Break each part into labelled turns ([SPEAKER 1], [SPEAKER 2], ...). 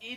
[SPEAKER 1] ¿Y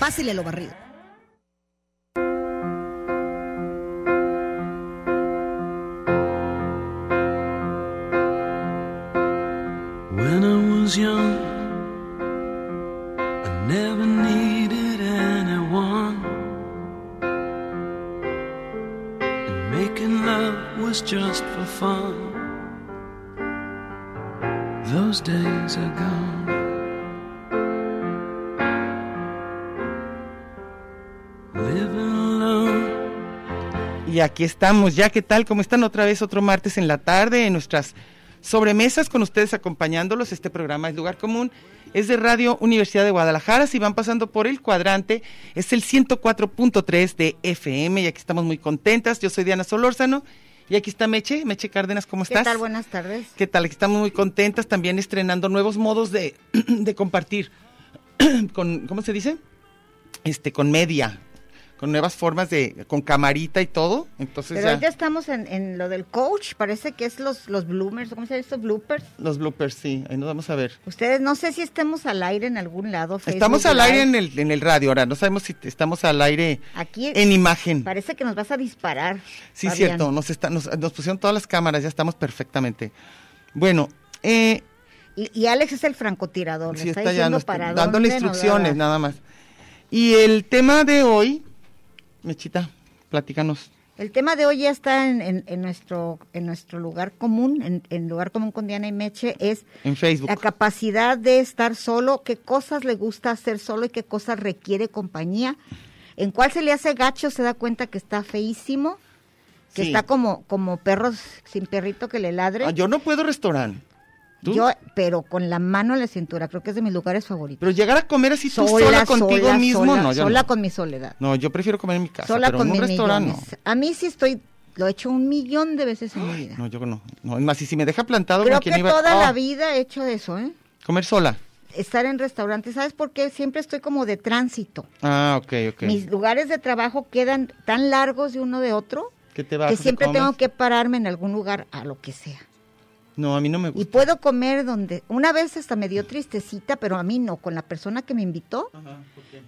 [SPEAKER 2] Pásele lo barrido.
[SPEAKER 3] When I was young, I never needed anyone. And making love was just for fun. Those days are gone. Living alone.
[SPEAKER 4] Y aquí estamos, ya qué tal, ¿cómo están otra vez otro martes en la tarde en nuestras sobremesas con ustedes acompañándolos? Este programa es Lugar Común, es de Radio Universidad de Guadalajara, si van pasando por el cuadrante, es el 104.3 de FM y aquí estamos muy contentas. Yo soy Diana Solórzano y aquí está Meche, Meche Cárdenas, ¿cómo estás?
[SPEAKER 2] ¿Qué tal? Buenas tardes.
[SPEAKER 4] ¿Qué tal? Aquí Estamos muy contentas también estrenando nuevos modos de, de compartir con, ¿cómo se dice? Este, con media, con nuevas formas de, con camarita y todo. Entonces
[SPEAKER 5] Pero
[SPEAKER 4] ya,
[SPEAKER 5] ahorita estamos en, en lo del coach, parece que es los, los bloomers, ¿cómo se llama estos bloopers?
[SPEAKER 4] los bloopers, sí, ahí nos vamos a ver.
[SPEAKER 5] Ustedes, no sé si estemos al aire en algún lado. Facebook
[SPEAKER 4] Estamos al aire
[SPEAKER 5] Live.
[SPEAKER 4] en el, en el radio ahora, no sabemos si te- estamos al aire
[SPEAKER 5] Aquí
[SPEAKER 4] en imagen.
[SPEAKER 5] parece que nos vas a disparar.
[SPEAKER 4] Sí,
[SPEAKER 5] Fabián.
[SPEAKER 4] cierto, nos, está- nos, nos pusieron todas las cámaras, ya estamos perfectamente. Bueno, eh,
[SPEAKER 5] Y, y Alex es el francotirador,
[SPEAKER 4] Sí,
[SPEAKER 5] le está,
[SPEAKER 4] está ya
[SPEAKER 5] diciendo
[SPEAKER 4] nos-
[SPEAKER 5] para dónde
[SPEAKER 4] dándole
[SPEAKER 5] nos
[SPEAKER 4] instrucciones
[SPEAKER 5] va.
[SPEAKER 4] nada más. Y el tema de hoy, Mechita, platícanos.
[SPEAKER 5] El tema de hoy ya está en, en- en nuestro, en nuestro lugar común, en, en lugar común con Diana y Meche, es
[SPEAKER 4] En Facebook.
[SPEAKER 5] La capacidad de estar solo, qué cosas le gusta hacer solo y qué cosas requiere compañía. En cuál se le hace gacho, se da cuenta que está feísimo, que
[SPEAKER 4] Sí.
[SPEAKER 5] está como, como perros sin perrito que le ladre.
[SPEAKER 4] Ah, yo no puedo restaurante. ¿Tú?
[SPEAKER 5] Yo, pero con la mano en la cintura, creo que es de mis lugares favoritos.
[SPEAKER 4] Pero llegar a comer así tú sola contigo
[SPEAKER 5] sola,
[SPEAKER 4] mismo,
[SPEAKER 5] sola,
[SPEAKER 4] no, yo
[SPEAKER 5] sola
[SPEAKER 4] no.
[SPEAKER 5] con mi soledad.
[SPEAKER 4] No, yo prefiero comer en mi casa,
[SPEAKER 5] sola
[SPEAKER 4] pero
[SPEAKER 5] con
[SPEAKER 4] en un
[SPEAKER 5] mis
[SPEAKER 4] restaurante no.
[SPEAKER 5] millones. A mí sí estoy, lo he hecho un millón de veces en mi vida.
[SPEAKER 4] No, yo no. No, es más, y si me deja plantado
[SPEAKER 5] creo
[SPEAKER 4] con
[SPEAKER 5] que
[SPEAKER 4] quien iba
[SPEAKER 5] toda
[SPEAKER 4] Ah,
[SPEAKER 5] la vida he hecho eso, ¿eh?
[SPEAKER 4] comer sola.
[SPEAKER 5] Estar en restaurantes, ¿sabes por qué? Siempre estoy como de tránsito.
[SPEAKER 4] Ah, ok, ok.
[SPEAKER 5] Mis lugares de trabajo quedan tan largos de uno de otro
[SPEAKER 4] ¿Qué te vas
[SPEAKER 5] que siempre tengo que pararme en algún lugar a lo que sea.
[SPEAKER 4] No, a mí no me
[SPEAKER 5] Y
[SPEAKER 4] gusta.
[SPEAKER 5] puedo comer donde... Una vez hasta me dio tristecita, pero a mí no, con la persona que me invitó,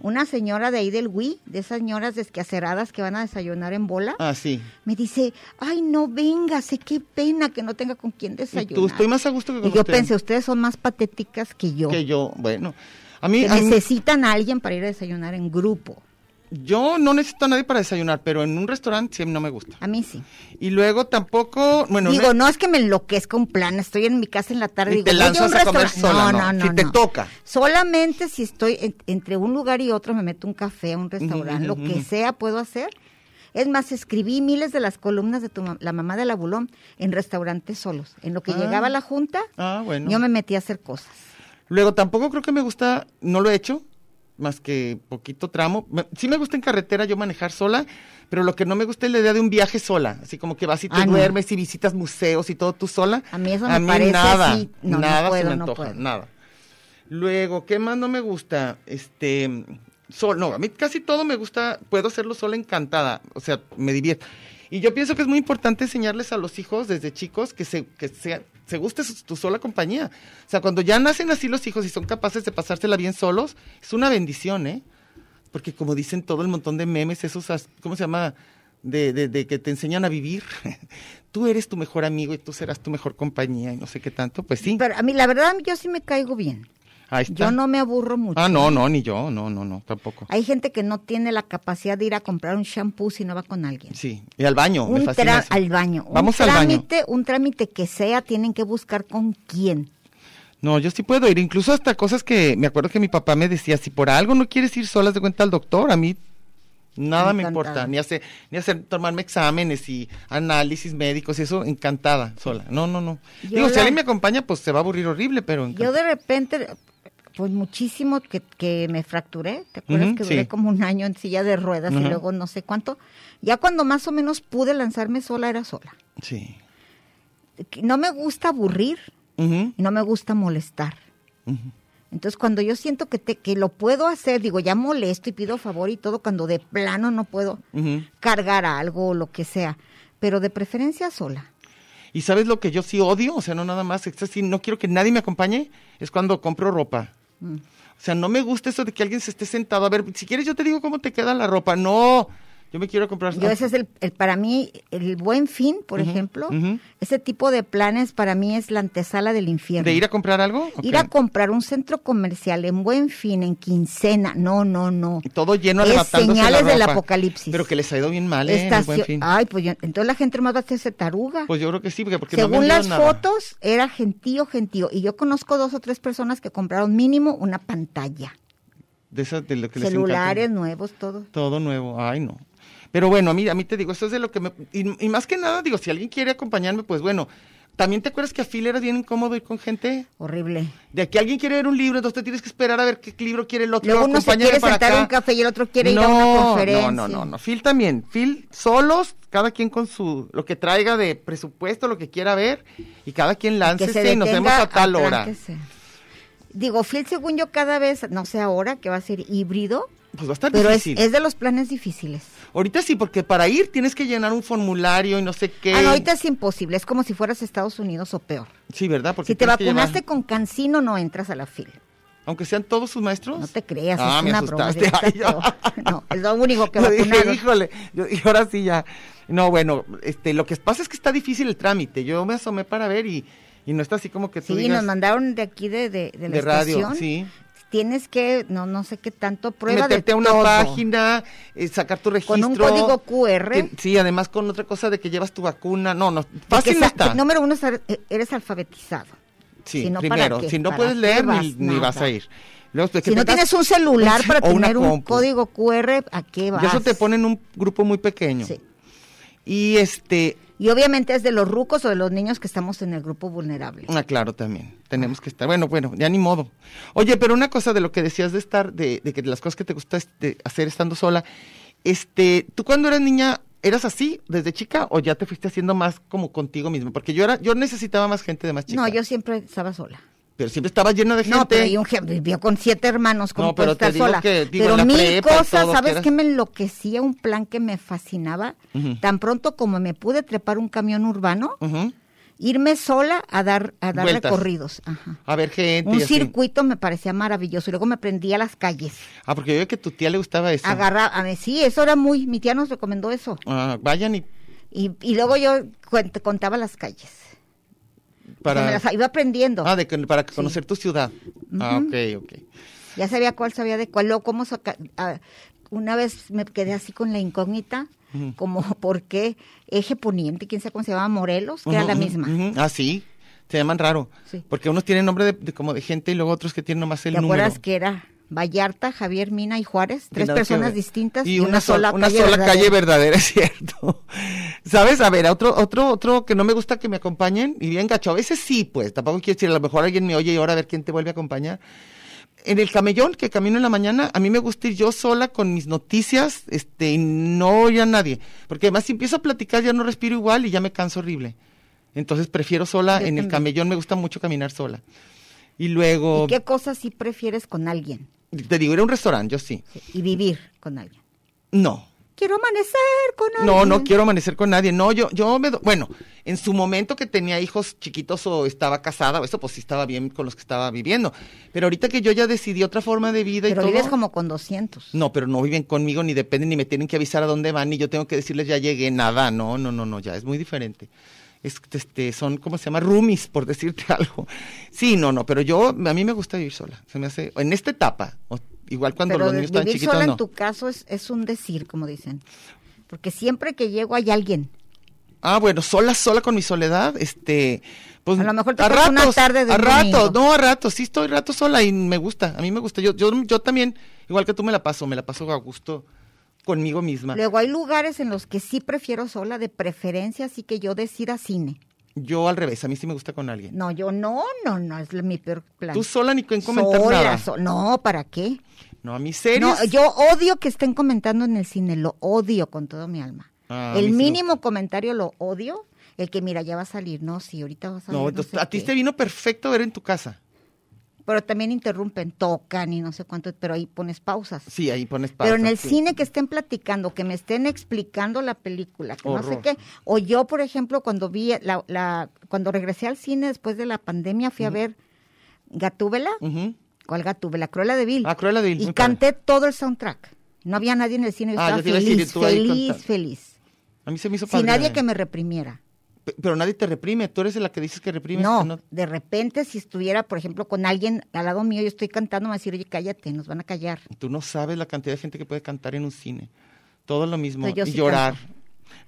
[SPEAKER 5] una señora de ahí del Wii, de esas señoras desquaceradas que van a desayunar en bola,
[SPEAKER 4] Ah, sí.
[SPEAKER 5] me dice, ay, no venga, sé qué pena que no tenga con quién
[SPEAKER 4] Y
[SPEAKER 5] desayunar.
[SPEAKER 4] tú estoy más a gusto que con
[SPEAKER 5] Y yo
[SPEAKER 4] usted.
[SPEAKER 5] pensé, ustedes son más patéticas que yo,
[SPEAKER 4] que yo, bueno. A mí,
[SPEAKER 5] que
[SPEAKER 4] a mí-
[SPEAKER 5] necesitan a alguien para ir a desayunar en grupo.
[SPEAKER 4] yo no necesito a nadie para desayunar, pero en un restaurante sí no me gusta.
[SPEAKER 5] A mí sí.
[SPEAKER 4] Y luego tampoco, bueno,
[SPEAKER 5] digo,
[SPEAKER 4] no-
[SPEAKER 5] no es que me enloquezca un plan, estoy en mi casa en la tarde
[SPEAKER 4] Y
[SPEAKER 5] digo,
[SPEAKER 4] te
[SPEAKER 5] voy a un
[SPEAKER 4] lanzas a comer
[SPEAKER 5] restaurante.
[SPEAKER 4] sola, no, si te toca.
[SPEAKER 5] Solamente si estoy en- entre un lugar y otro, me meto un café, un restaurante,
[SPEAKER 4] ujú,
[SPEAKER 5] lo que
[SPEAKER 4] ujú.
[SPEAKER 5] sea puedo hacer. Es más, escribí miles de las columnas de tu mam- la mamá del abulón en restaurantes solos. En lo que
[SPEAKER 4] Ah.
[SPEAKER 5] llegaba la junta,
[SPEAKER 4] Ah, bueno.
[SPEAKER 5] yo me metí a hacer cosas.
[SPEAKER 4] luego tampoco creo que me gusta, no lo he hecho, más que poquito tramo. Me- Sí me gusta en carretera yo manejar sola, pero lo que no me gusta es la idea de un viaje sola, así como que vas y te
[SPEAKER 5] Ah, no.
[SPEAKER 4] duermes y visitas museos y todo tú sola.
[SPEAKER 5] A mí eso me parece
[SPEAKER 4] nada,
[SPEAKER 5] así, no, no
[SPEAKER 4] nada se
[SPEAKER 5] puedo,
[SPEAKER 4] me
[SPEAKER 5] no
[SPEAKER 4] antoja,
[SPEAKER 5] puedo.
[SPEAKER 4] nada. Luego, ¿qué más no me gusta? Este, sol, no, a mí casi todo me gusta, puedo hacerlo sola encantada, o sea, me divierto. Y yo pienso que es muy importante enseñarles a los hijos desde chicos que se, que sea, se guste su, tu sola compañía. O sea, cuando ya nacen así los hijos y son capaces de pasársela bien solos, es una bendición, ¿eh? Porque como dicen todo el montón de memes, esos, as- ¿cómo se llama? De, de- de que te enseñan a vivir. tú eres tu mejor amigo y tú serás tu mejor compañía y no sé qué tanto, pues sí.
[SPEAKER 5] Pero a mí, la verdad, yo sí me caigo bien.
[SPEAKER 4] Ahí está.
[SPEAKER 5] Yo no me aburro mucho.
[SPEAKER 4] Ah, no, no, ni yo, no, no, no, tampoco.
[SPEAKER 5] Hay gente que no tiene la capacidad de ir a comprar un shampoo si no va con alguien.
[SPEAKER 4] Sí, y al baño, me
[SPEAKER 5] un
[SPEAKER 4] fascina
[SPEAKER 5] tra-
[SPEAKER 4] eso.
[SPEAKER 5] al baño.
[SPEAKER 4] Vamos
[SPEAKER 5] un
[SPEAKER 4] al baño.
[SPEAKER 5] trámite, Un trámite que sea, tienen que buscar con quién.
[SPEAKER 4] No, yo sí puedo ir, incluso hasta cosas que me acuerdo que mi papá me decía, si por algo no quieres ir solas de cuenta al doctor, a mí nada me
[SPEAKER 5] Encantada.
[SPEAKER 4] importa, ni hacer, ni hacer tomarme exámenes y análisis médicos y eso, encantada, sola. No, no, no.
[SPEAKER 5] Yo
[SPEAKER 4] Digo, si
[SPEAKER 5] la-
[SPEAKER 4] alguien me acompaña, pues se va a aburrir horrible, pero
[SPEAKER 5] Yo
[SPEAKER 4] encantada.
[SPEAKER 5] de repente, pues muchísimo que, que me fracturé. ¿Te acuerdas
[SPEAKER 4] Ujú,
[SPEAKER 5] que duré
[SPEAKER 4] sí.
[SPEAKER 5] como un año en silla de ruedas y
[SPEAKER 4] Ujú.
[SPEAKER 5] luego no sé cuánto? Ya cuando más o menos pude lanzarme sola, era sola.
[SPEAKER 4] Sí.
[SPEAKER 5] Que No me gusta aburrir
[SPEAKER 4] Ujú,
[SPEAKER 5] y no me gusta molestar.
[SPEAKER 4] ujú.
[SPEAKER 5] Entonces, cuando yo siento que, te, que lo puedo hacer, digo, ya molesto y pido favor y todo, cuando de plano no puedo
[SPEAKER 4] Ujú.
[SPEAKER 5] cargar algo o lo que sea, pero de preferencia sola.
[SPEAKER 4] ¿Y sabes lo que yo sí odio? O sea, no nada más, es así, no quiero que nadie me acompañe, es cuando compro ropa.
[SPEAKER 5] Mm.
[SPEAKER 4] O sea, no me gusta eso de que alguien se esté sentado. A ver, si quieres yo te digo cómo te queda la ropa. No, yo me quiero comprar.
[SPEAKER 5] Yo ese es el, el- para mí el buen fin, por
[SPEAKER 4] Ujú,
[SPEAKER 5] ejemplo,
[SPEAKER 4] ujú.
[SPEAKER 5] ese tipo de planes para mí es la antesala del infierno.
[SPEAKER 4] ¿De ir a comprar algo?
[SPEAKER 5] Ir a
[SPEAKER 4] Ok.
[SPEAKER 5] comprar un centro comercial en buen fin, en quincena, no, no, no.
[SPEAKER 4] Todo lleno,
[SPEAKER 5] Es
[SPEAKER 4] arrebatándose la
[SPEAKER 5] señales del
[SPEAKER 4] ropa.
[SPEAKER 5] apocalipsis.
[SPEAKER 4] Pero que les ha ido bien mal, ¿eh? En el buen
[SPEAKER 5] Estacio-
[SPEAKER 4] fin.
[SPEAKER 5] Ay, pues yo- entonces la gente más va a hacerse taruga.
[SPEAKER 4] Pues yo creo que sí, porque, porque no me
[SPEAKER 5] Según
[SPEAKER 4] han
[SPEAKER 5] las
[SPEAKER 4] dado nada.
[SPEAKER 5] fotos, era gentío, gentío. Y yo conozco dos o tres personas que compraron mínimo una pantalla.
[SPEAKER 4] De esas, de lo que les
[SPEAKER 5] Celulares
[SPEAKER 4] encanta.
[SPEAKER 5] nuevos, todo.
[SPEAKER 4] Todo nuevo. Ay, no. Pero bueno, a mí, a mí te digo, eso es de lo que me... Y, y más que nada, digo, si alguien quiere acompañarme, pues bueno. ¿También te acuerdas que a Phil era bien incómodo ir con gente?
[SPEAKER 5] Horrible.
[SPEAKER 4] De aquí alguien quiere ver un libro, entonces te tienes que esperar a ver qué libro quiere el otro.
[SPEAKER 5] Luego uno se
[SPEAKER 4] acompáñame
[SPEAKER 5] quiere
[SPEAKER 4] para
[SPEAKER 5] sentar a
[SPEAKER 4] acá.
[SPEAKER 5] un café y el otro quiere ir a
[SPEAKER 4] No,
[SPEAKER 5] una conferencia.
[SPEAKER 4] No, no, no, no. Phil también. Phil solos, cada quien con su lo que traiga de presupuesto, lo que quiera ver, y cada quien
[SPEAKER 5] Que
[SPEAKER 4] láncese
[SPEAKER 5] se
[SPEAKER 4] y nos vemos
[SPEAKER 5] detenga,
[SPEAKER 4] a tal hora.
[SPEAKER 5] atránquese. Digo, Phil, según yo, cada vez, no sé ahora, que va a ser híbrido,
[SPEAKER 4] Pues va a estar
[SPEAKER 5] pero es,
[SPEAKER 4] difícil.
[SPEAKER 5] es de los planes difíciles.
[SPEAKER 4] Ahorita sí, porque para ir tienes que llenar un formulario y no sé qué.
[SPEAKER 5] Ah, no, ahorita es imposible, es como si fueras a Estados Unidos o peor.
[SPEAKER 4] Sí, ¿verdad? Porque
[SPEAKER 5] Si te
[SPEAKER 4] tienes que
[SPEAKER 5] vacunaste
[SPEAKER 4] llevar-
[SPEAKER 5] con cancino, no entras a la fila.
[SPEAKER 4] Aunque sean todos sus maestros.
[SPEAKER 5] No te creas,
[SPEAKER 4] Ah,
[SPEAKER 5] es
[SPEAKER 4] me
[SPEAKER 5] una
[SPEAKER 4] asustaste.
[SPEAKER 5] broma.
[SPEAKER 4] Ay,
[SPEAKER 5] sí, está peor. No, es lo único que
[SPEAKER 4] Yo dije,
[SPEAKER 5] vacunaron.
[SPEAKER 4] híjole, yo dije, ahora sí ya. No, bueno, este, lo que pasa es que está difícil el trámite. Yo me asomé para ver y, y no está así como que tú
[SPEAKER 5] sí,
[SPEAKER 4] digas
[SPEAKER 5] nos mandaron de aquí de, de, de la
[SPEAKER 4] de radio,
[SPEAKER 5] estación.
[SPEAKER 4] sí.
[SPEAKER 5] Tienes que, no, no sé qué tanto, prueba
[SPEAKER 4] meterte
[SPEAKER 5] de
[SPEAKER 4] a una
[SPEAKER 5] todo.
[SPEAKER 4] página, eh, sacar tu registro.
[SPEAKER 5] Con un código QR.
[SPEAKER 4] que- sí, además con otra cosa de que llevas tu vacuna. No, no,
[SPEAKER 5] Porque
[SPEAKER 4] fácil no
[SPEAKER 5] sa-
[SPEAKER 4] está.
[SPEAKER 5] número uno, estar- eh, eres alfabetizado.
[SPEAKER 4] sí,
[SPEAKER 5] si no, ¿para
[SPEAKER 4] primero,
[SPEAKER 5] qué?
[SPEAKER 4] si no
[SPEAKER 5] ¿Para
[SPEAKER 4] puedes
[SPEAKER 5] qué
[SPEAKER 4] leer,
[SPEAKER 5] vas?
[SPEAKER 4] ni, ni
[SPEAKER 5] Nada.
[SPEAKER 4] vas a ir. Luego, pues, que
[SPEAKER 5] Si no
[SPEAKER 4] tengas-
[SPEAKER 5] tienes un celular para
[SPEAKER 4] o una
[SPEAKER 5] tener un
[SPEAKER 4] compu.
[SPEAKER 5] código QR, ¿a qué vas?
[SPEAKER 4] Y eso te pone en un grupo muy pequeño.
[SPEAKER 5] Sí.
[SPEAKER 4] Y este,
[SPEAKER 5] Y obviamente es de los rucos o de los niños que estamos en el grupo vulnerable.
[SPEAKER 4] Ah, claro, también. Tenemos que estar. Bueno, bueno, ya ni modo. Oye, pero una cosa de lo que decías de estar, de, de que las cosas que te gusta este, hacer estando sola, este, ¿tú cuando eras niña eras así desde chica o ya te fuiste haciendo más como contigo misma? Porque yo era, yo necesitaba más gente de más chica.
[SPEAKER 5] No, yo siempre estaba sola.
[SPEAKER 4] Pero siempre estaba llena de gente.
[SPEAKER 5] No, pero hay un je- vivió con siete hermanos, como
[SPEAKER 4] No, pero
[SPEAKER 5] puede estar
[SPEAKER 4] te digo
[SPEAKER 5] sola.
[SPEAKER 4] que, digo,
[SPEAKER 5] pero
[SPEAKER 4] en la
[SPEAKER 5] mil
[SPEAKER 4] prepa y
[SPEAKER 5] cosas,
[SPEAKER 4] todo, que
[SPEAKER 5] ¿sabes
[SPEAKER 4] era-
[SPEAKER 5] qué me enloquecía? Un plan que me fascinaba.
[SPEAKER 4] Ujú.
[SPEAKER 5] Tan pronto como me pude trepar un camión urbano,
[SPEAKER 4] Ujú.
[SPEAKER 5] irme sola a dar, a dar
[SPEAKER 4] Vueltas.
[SPEAKER 5] recorridos. Ajá.
[SPEAKER 4] A ver, gente.
[SPEAKER 5] Un
[SPEAKER 4] y así.
[SPEAKER 5] circuito me parecía maravilloso. Y luego me prendía a las calles.
[SPEAKER 4] Ah, porque yo vi que a tu tía le gustaba eso.
[SPEAKER 5] Agarraba, a ver, sí, eso era muy, mi tía nos recomendó eso.
[SPEAKER 4] Ah, vayan y
[SPEAKER 5] Y, y luego yo cuen- contaba las calles. O sea,
[SPEAKER 4] para.
[SPEAKER 5] me las iba aprendiendo.
[SPEAKER 4] Ah, de que- para conocer tu ciudad. Ah, ok, ok.
[SPEAKER 5] Ya sabía cuál sabía de cuál. Luego, cómo saca- ah, una vez me quedé así con la incógnita, como por qué Eje Poniente, quién sabe cómo se llamaba Morelos, que era
[SPEAKER 4] Ujú,
[SPEAKER 5] la
[SPEAKER 4] ujú,
[SPEAKER 5] misma.
[SPEAKER 4] ujú. Ah, sí. Se llaman raro.
[SPEAKER 5] Sí.
[SPEAKER 4] Porque unos tienen nombre de, de como de gente y luego otros que tienen nomás el
[SPEAKER 5] ¿Te
[SPEAKER 4] número.
[SPEAKER 5] acuerdas que era Vallarta, Javier Mina y Juárez?
[SPEAKER 4] Y
[SPEAKER 5] Tres
[SPEAKER 4] nada que
[SPEAKER 5] personas
[SPEAKER 4] ver.
[SPEAKER 5] distintas
[SPEAKER 4] y, una, sola, una
[SPEAKER 5] calle
[SPEAKER 4] sola
[SPEAKER 5] verdadera.
[SPEAKER 4] calle verdadera, es cierto. ¿Sabes? A ver, a otro otro otro que no me gusta que me acompañen y bien gacho. A veces sí, pues, tampoco quiero decir, a lo mejor alguien me oye y ahora a ver quién te vuelve a acompañar. En el camellón que camino en la mañana, a mí me gusta ir yo sola con mis noticias, este, y no oír a nadie, porque además si empiezo a platicar ya no respiro igual y ya me canso horrible. Entonces prefiero sola,
[SPEAKER 5] Yo
[SPEAKER 4] en el
[SPEAKER 5] también.
[SPEAKER 4] camellón me gusta mucho caminar sola. Y
[SPEAKER 5] ¿Y
[SPEAKER 4] luego
[SPEAKER 5] qué cosas sí prefieres con alguien?
[SPEAKER 4] te digo, ir a un restaurante, yo sí.
[SPEAKER 5] Sí, Y vivir con alguien.
[SPEAKER 4] No.
[SPEAKER 5] Quiero amanecer con alguien.
[SPEAKER 4] No, no quiero amanecer con nadie. No, yo, yo me. do- Bueno, en su momento que tenía hijos chiquitos o estaba casada, o eso, pues sí estaba bien con los que estaba viviendo. Pero ahorita que yo ya decidí otra forma de vida y
[SPEAKER 5] Pero
[SPEAKER 4] todo.
[SPEAKER 5] vives como con 200.
[SPEAKER 4] No, pero no viven conmigo, ni dependen, ni me tienen que avisar a dónde van, ni yo tengo que decirles ya llegué, nada. No, no, no, no, ya es muy diferente. es- este, son, ¿cómo se llama? Roomies, por decirte algo. Sí, no, no, pero yo, a mí me gusta vivir sola. Se me hace, en esta etapa, o- igual cuando
[SPEAKER 5] Pero
[SPEAKER 4] los
[SPEAKER 5] de-
[SPEAKER 4] niños están
[SPEAKER 5] vivir
[SPEAKER 4] chiquitos,
[SPEAKER 5] sola
[SPEAKER 4] no.
[SPEAKER 5] en tu caso es, es un decir, como dicen. Porque siempre que llego hay alguien.
[SPEAKER 4] Ah, bueno, sola, sola con mi soledad, este, pues
[SPEAKER 5] A lo mejor te
[SPEAKER 4] a
[SPEAKER 5] toca
[SPEAKER 4] ratos,
[SPEAKER 5] una tarde de
[SPEAKER 4] a
[SPEAKER 5] un
[SPEAKER 4] ratos,
[SPEAKER 5] domingo.
[SPEAKER 4] no, a ratos, sí estoy rato sola y me gusta, a mí me gusta, yo, yo, yo también, igual que tú me la paso, me la paso a gusto conmigo misma.
[SPEAKER 5] Luego hay lugares en los que sí prefiero sola, de preferencia, así que yo decida cine.
[SPEAKER 4] Yo al revés, a mí sí me gusta con alguien.
[SPEAKER 5] No, yo no, no, no, es mi peor plan.
[SPEAKER 4] Tú sola ni con comentar
[SPEAKER 5] Sola,
[SPEAKER 4] nada.
[SPEAKER 5] so- no, ¿para qué?
[SPEAKER 4] No, a mí series.
[SPEAKER 5] No, yo odio que estén comentando en el cine, lo odio con todo mi alma.
[SPEAKER 4] Ah, a mí
[SPEAKER 5] el
[SPEAKER 4] sí me
[SPEAKER 5] mínimo comentario lo odio, el que mira, ya va a salir, no, sí, ahorita va a salir.
[SPEAKER 4] No,
[SPEAKER 5] no
[SPEAKER 4] entonces,
[SPEAKER 5] sé
[SPEAKER 4] a ti
[SPEAKER 5] qué.
[SPEAKER 4] te vino perfecto ver en tu casa.
[SPEAKER 5] Pero también interrumpen, tocan y no sé cuánto, pero ahí pones pausas.
[SPEAKER 4] Sí, ahí pones pausa.
[SPEAKER 5] Pero en el
[SPEAKER 4] sí.
[SPEAKER 5] cine que estén platicando, que me estén explicando la película, que no sé
[SPEAKER 4] Horror.
[SPEAKER 5] qué. O yo, por ejemplo, cuando vi la, la- cuando regresé al cine después de la pandemia, fui a ver Gatúbela,
[SPEAKER 4] Ujú.
[SPEAKER 5] ¿cuál Gatúbela? Cruella de Vil.
[SPEAKER 4] Ah, Cruella de Vil,
[SPEAKER 5] Y
[SPEAKER 4] muy padre.
[SPEAKER 5] canté todo el soundtrack. No había nadie en el cine, yo
[SPEAKER 4] Ah,
[SPEAKER 5] estaba
[SPEAKER 4] yo te iba a
[SPEAKER 5] feliz,
[SPEAKER 4] decir, tú ahí
[SPEAKER 5] feliz,
[SPEAKER 4] cantando.
[SPEAKER 5] feliz.
[SPEAKER 4] A mí se me hizo
[SPEAKER 5] Sin
[SPEAKER 4] padre,
[SPEAKER 5] nadie
[SPEAKER 4] eh.
[SPEAKER 5] que me reprimiera.
[SPEAKER 4] Pe- Pero nadie te reprime, tú eres la que dices que reprime.
[SPEAKER 5] No, de repente si estuviera, por ejemplo, con alguien al lado mío, yo estoy cantando, me va a decir, oye, cállate, nos van a callar.
[SPEAKER 4] Tú no sabes la cantidad de gente que puede cantar en un cine. Todo lo mismo.
[SPEAKER 5] Entonces, yo
[SPEAKER 4] y
[SPEAKER 5] sí
[SPEAKER 4] llorar.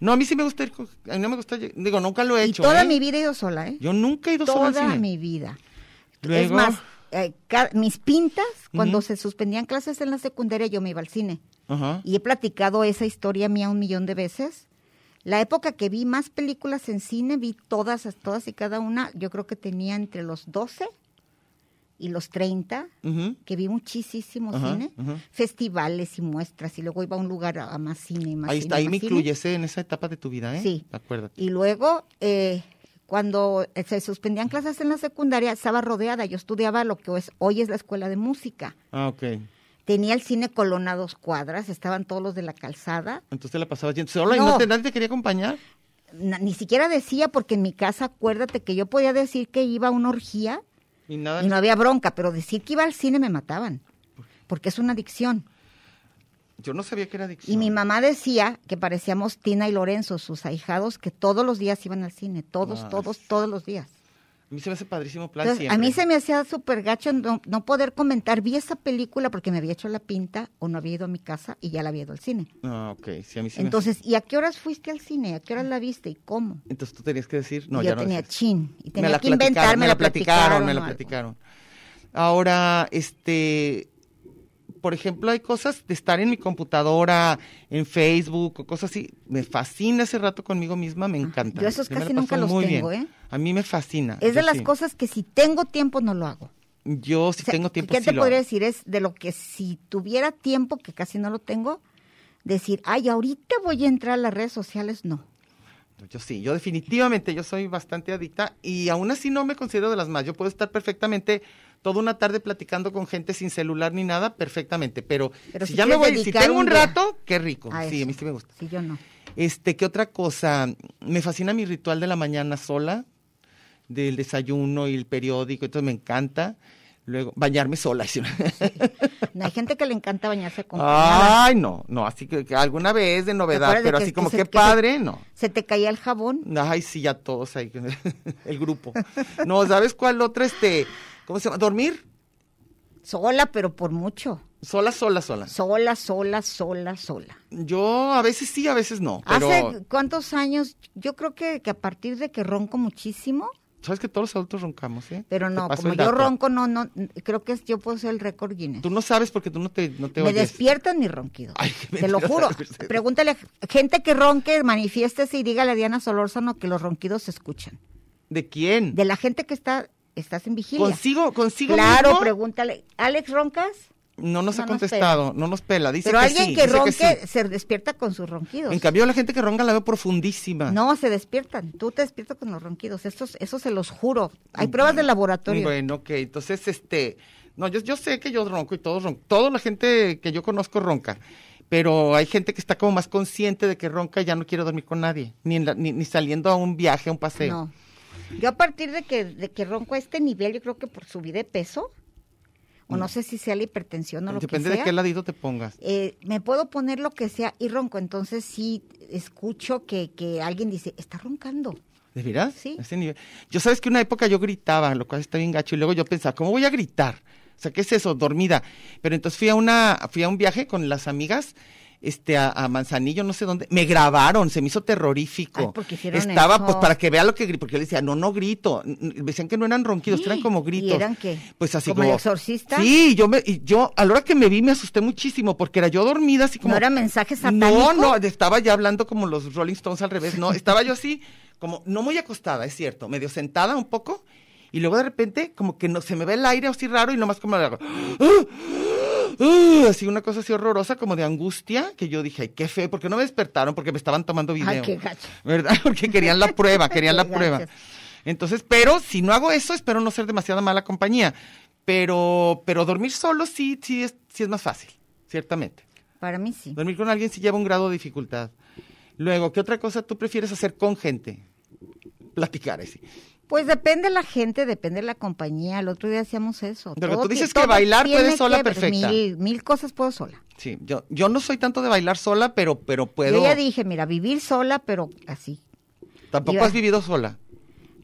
[SPEAKER 4] No, a mí sí me gusta ir con- A mí no me gusta. lle- Digo, nunca lo he
[SPEAKER 5] y
[SPEAKER 4] hecho.
[SPEAKER 5] toda
[SPEAKER 4] ¿eh?
[SPEAKER 5] mi vida he ido sola, ¿eh?
[SPEAKER 4] Yo nunca he ido sola al
[SPEAKER 5] toda
[SPEAKER 4] cine.
[SPEAKER 5] mi vida. Es
[SPEAKER 4] Luego-
[SPEAKER 5] más, eh, ca- mis pintas, cuando
[SPEAKER 4] Ujú.
[SPEAKER 5] se suspendían clases en la secundaria, yo me iba al cine.
[SPEAKER 4] Ajá.
[SPEAKER 5] Y he platicado esa historia mía un millón de veces. La época que vi más películas en cine, vi todas, todas y cada una, yo creo que tenía entre los 12 y los 30,
[SPEAKER 4] Ujú.
[SPEAKER 5] que vi muchísimo
[SPEAKER 4] Ajá,
[SPEAKER 5] cine,
[SPEAKER 4] ajá.
[SPEAKER 5] festivales y muestras, y luego iba a un lugar a, a más cine, y más
[SPEAKER 4] Ahí,
[SPEAKER 5] cine,
[SPEAKER 4] está, ahí
[SPEAKER 5] más
[SPEAKER 4] me
[SPEAKER 5] cine.
[SPEAKER 4] incluyes ¿eh? en esa etapa de tu vida, ¿eh?
[SPEAKER 5] Sí.
[SPEAKER 4] Acuérdate.
[SPEAKER 5] Y luego, eh, cuando eh, se suspendían clases en la secundaria, estaba rodeada. Yo estudiaba lo que es- hoy es la escuela de música.
[SPEAKER 4] Ah, ok.
[SPEAKER 5] Tenía el cine Colón a dos cuadras, estaban todos los de la calzada.
[SPEAKER 4] Entonces la pasabas yendo sola y
[SPEAKER 5] No.
[SPEAKER 4] no te, nadie te quería acompañar.
[SPEAKER 5] Na- ni siquiera decía, porque en mi casa, acuérdate que yo podía decir que iba a una orgía
[SPEAKER 4] Y nada.
[SPEAKER 5] y no había bronca, pero decir que iba al cine me mataban, porque es una adicción.
[SPEAKER 4] Yo no sabía que era
[SPEAKER 5] Y
[SPEAKER 4] adicción.
[SPEAKER 5] mi mamá decía que parecíamos Tina y Lorenzo, sus ahijados, que todos los días iban al cine, todos,
[SPEAKER 4] Ah,
[SPEAKER 5] todos,
[SPEAKER 4] sí.
[SPEAKER 5] todos los días.
[SPEAKER 4] A mí se me hace padrísimo plan
[SPEAKER 5] Entonces, a
[SPEAKER 4] siempre.
[SPEAKER 5] mí se me hacía súper gacho no, no poder comentar. Vi esa película porque me había hecho la pinta o no había ido a mi casa y ya la había ido al cine.
[SPEAKER 4] Ah, ok. Sí, a mí sí me hace-
[SPEAKER 5] Entonces, ¿y a qué horas fuiste al cine? ¿A qué horas la viste y cómo?
[SPEAKER 4] Entonces tú tenías que decir, no,
[SPEAKER 5] Y
[SPEAKER 4] ya
[SPEAKER 5] yo
[SPEAKER 4] no
[SPEAKER 5] tenía
[SPEAKER 4] decías.
[SPEAKER 5] chin. Y tenía
[SPEAKER 4] me la
[SPEAKER 5] que
[SPEAKER 4] platicaron,
[SPEAKER 5] inventar,
[SPEAKER 4] me la platicaron, me
[SPEAKER 5] o
[SPEAKER 4] la
[SPEAKER 5] algo.
[SPEAKER 4] platicaron. Ahora, este, por ejemplo, hay cosas de estar en mi computadora, en Facebook o cosas así. Me fascina ese rato conmigo misma, me encanta.
[SPEAKER 5] Yo esos
[SPEAKER 4] me la
[SPEAKER 5] casi nunca
[SPEAKER 4] paso
[SPEAKER 5] los
[SPEAKER 4] muy
[SPEAKER 5] tengo,
[SPEAKER 4] bien.
[SPEAKER 5] ¿eh?
[SPEAKER 4] A mí me fascina.
[SPEAKER 5] Es de
[SPEAKER 4] yo
[SPEAKER 5] las
[SPEAKER 4] sí.
[SPEAKER 5] cosas que si tengo tiempo no lo hago.
[SPEAKER 4] Yo si
[SPEAKER 5] O sea,
[SPEAKER 4] tengo tiempo.
[SPEAKER 5] ¿Qué
[SPEAKER 4] sí
[SPEAKER 5] te
[SPEAKER 4] lo
[SPEAKER 5] podría
[SPEAKER 4] hago.
[SPEAKER 5] decir? Es de lo que si tuviera tiempo, que casi no lo tengo, decir, ay, ahorita voy a entrar a las redes sociales, no.
[SPEAKER 4] Pues Yo sí, yo definitivamente, yo soy bastante adicta y aún así no me considero de las más. Yo puedo estar perfectamente toda una tarde platicando con gente sin celular ni nada, perfectamente. Pero,
[SPEAKER 5] Pero
[SPEAKER 4] si,
[SPEAKER 5] si
[SPEAKER 4] ya me
[SPEAKER 5] quieres
[SPEAKER 4] voy, si
[SPEAKER 5] dedicar
[SPEAKER 4] tengo
[SPEAKER 5] un
[SPEAKER 4] un
[SPEAKER 5] día
[SPEAKER 4] rato, qué rico.
[SPEAKER 5] A
[SPEAKER 4] sí, a
[SPEAKER 5] eso.
[SPEAKER 4] mí sí me gusta.
[SPEAKER 5] Sí, yo no.
[SPEAKER 4] Este, ¿qué otra cosa? Me fascina mi ritual de la mañana sola, del desayuno y el periódico, entonces me encanta. Luego, bañarme sola. sí.
[SPEAKER 5] No, hay gente que le encanta bañarse con
[SPEAKER 4] Ay, no, no, así que, que alguna vez de novedad,
[SPEAKER 5] acuerdas de
[SPEAKER 4] pero
[SPEAKER 5] que-
[SPEAKER 4] así
[SPEAKER 5] que
[SPEAKER 4] como
[SPEAKER 5] se-
[SPEAKER 4] que,
[SPEAKER 5] que se-
[SPEAKER 4] padre, no.
[SPEAKER 5] Se te caía el jabón.
[SPEAKER 4] Ay, sí, ya todos ahí, el grupo. No, ¿sabes cuál otra? Este, ¿cómo se llama? Dormir
[SPEAKER 5] Sola, pero por mucho.
[SPEAKER 4] sola, sola, sola.
[SPEAKER 5] Sola, sola, sola, sola.
[SPEAKER 4] Yo a veces sí, a veces no,
[SPEAKER 5] Ah,
[SPEAKER 4] pero
[SPEAKER 5] Hace cuántos años, yo creo que, que a partir de que ronco muchísimo,
[SPEAKER 4] sabes que todos los adultos roncamos, ¿eh?
[SPEAKER 5] pero
[SPEAKER 4] Te
[SPEAKER 5] no,
[SPEAKER 4] paso
[SPEAKER 5] como
[SPEAKER 4] el
[SPEAKER 5] yo
[SPEAKER 4] dato.
[SPEAKER 5] ronco, no, no, creo que es- yo puedo ser el récord Guinness.
[SPEAKER 4] Tú no sabes porque tú no te, no te
[SPEAKER 5] Me
[SPEAKER 4] oyes.
[SPEAKER 5] despiertan mis ronquidos.
[SPEAKER 4] Ay, qué
[SPEAKER 5] te lo juro.
[SPEAKER 4] mentirosa eres.
[SPEAKER 5] Pregúntale a gente que ronque, manifiéstese y dígale a Diana Solórzano que los ronquidos se escuchan.
[SPEAKER 4] ¿De quién?
[SPEAKER 5] De la gente que está, estás en vigilia.
[SPEAKER 4] Consigo, consigo
[SPEAKER 5] claro,
[SPEAKER 4] mismo?
[SPEAKER 5] pregúntale. ¿Alex roncas?
[SPEAKER 4] No nos
[SPEAKER 5] No
[SPEAKER 4] ha
[SPEAKER 5] nos
[SPEAKER 4] contestado, no nos pela. Dice
[SPEAKER 5] Pero
[SPEAKER 4] que
[SPEAKER 5] alguien
[SPEAKER 4] sí,
[SPEAKER 5] que
[SPEAKER 4] dice
[SPEAKER 5] ronque
[SPEAKER 4] sí.
[SPEAKER 5] se despierta con sus ronquidos.
[SPEAKER 4] En cambio, la gente que ronca la veo profundísima.
[SPEAKER 5] No, se despiertan. Tú te despiertas con los ronquidos. Eso, eso se los juro. Hay pruebas de laboratorio.
[SPEAKER 4] Mm, Bueno, ok, entonces, este, no, yo, yo sé que yo ronco y todos roncan, toda la gente que yo conozco ronca, pero hay gente que está como más consciente de que ronca y ya no quiere dormir con nadie, ni, en la- ni, ni saliendo a un viaje, a un paseo.
[SPEAKER 5] No. Yo a partir de que, de que ronco a este nivel, yo creo que por subir de peso, o no sé si sea la hipertensión o lo
[SPEAKER 4] Mm. Depende
[SPEAKER 5] que
[SPEAKER 4] de
[SPEAKER 5] sea,
[SPEAKER 4] qué ladito te pongas.
[SPEAKER 5] eh, me puedo poner lo que sea y ronco. Entonces sí escucho que, que alguien dice, está roncando.
[SPEAKER 4] ¿De veras?
[SPEAKER 5] Sí.
[SPEAKER 4] A ese nivel. Yo sabes que una época yo gritaba, lo cual está bien gacho, y luego yo pensaba, ¿cómo voy a gritar? O sea, ¿qué es eso? Dormida. Pero entonces fui a una, fui a un viaje con las amigas, este, a, a Manzanillo, no sé dónde. Me grabaron, se me hizo terrorífico.
[SPEAKER 5] Ay, porque hicieron
[SPEAKER 4] Estaba,
[SPEAKER 5] eso.
[SPEAKER 4] pues, para que vea lo que grito, porque yo le decía, no, no grito. N- n- Decían que no eran ronquidos, que eran como
[SPEAKER 5] ¿Y
[SPEAKER 4] gritos.
[SPEAKER 5] eran qué?
[SPEAKER 4] Pues así
[SPEAKER 5] ¿Como el exorcista?
[SPEAKER 4] Sí, yo me, y yo, a la hora que me vi me asusté muchísimo, porque era yo dormida, así como.
[SPEAKER 5] ¿No era mensaje
[SPEAKER 4] No,
[SPEAKER 5] satánico?
[SPEAKER 4] no, estaba ya hablando como los Rolling Stones al revés, no, estaba yo así, como no muy acostada, es cierto, medio sentada un poco, y luego de repente como que no, se me ve el aire así raro y nomás como le hago, ¡ah! ¡ah! así una cosa así horrorosa, como de angustia, que yo dije, ay, qué feo, porque no me despertaron, porque me estaban tomando video.
[SPEAKER 5] Ay, qué gacho.
[SPEAKER 4] ¿Verdad? Porque querían la prueba, querían la
[SPEAKER 5] Qué
[SPEAKER 4] prueba.
[SPEAKER 5] gachos.
[SPEAKER 4] Entonces, pero si no hago eso, espero no ser demasiada mala compañía. Pero, pero dormir solo sí, sí es, sí es más fácil, ciertamente.
[SPEAKER 5] Para mí sí.
[SPEAKER 4] Dormir con alguien sí lleva un grado de dificultad. Luego, ¿qué otra cosa tú prefieres hacer con gente? Platicar, así.
[SPEAKER 5] Pues depende la gente, depende la compañía. El otro día hacíamos eso.
[SPEAKER 4] Pero tú
[SPEAKER 5] ti-
[SPEAKER 4] dices que
[SPEAKER 5] todo
[SPEAKER 4] bailar
[SPEAKER 5] tiene
[SPEAKER 4] puedes sola
[SPEAKER 5] que ver.
[SPEAKER 4] perfecta.
[SPEAKER 5] Mil, mil cosas puedo sola.
[SPEAKER 4] Sí, yo, yo no soy tanto de bailar sola, pero, pero puedo.
[SPEAKER 5] Yo ya dije, mira, vivir sola, pero así.
[SPEAKER 4] Tampoco
[SPEAKER 5] iba-
[SPEAKER 4] has vivido sola.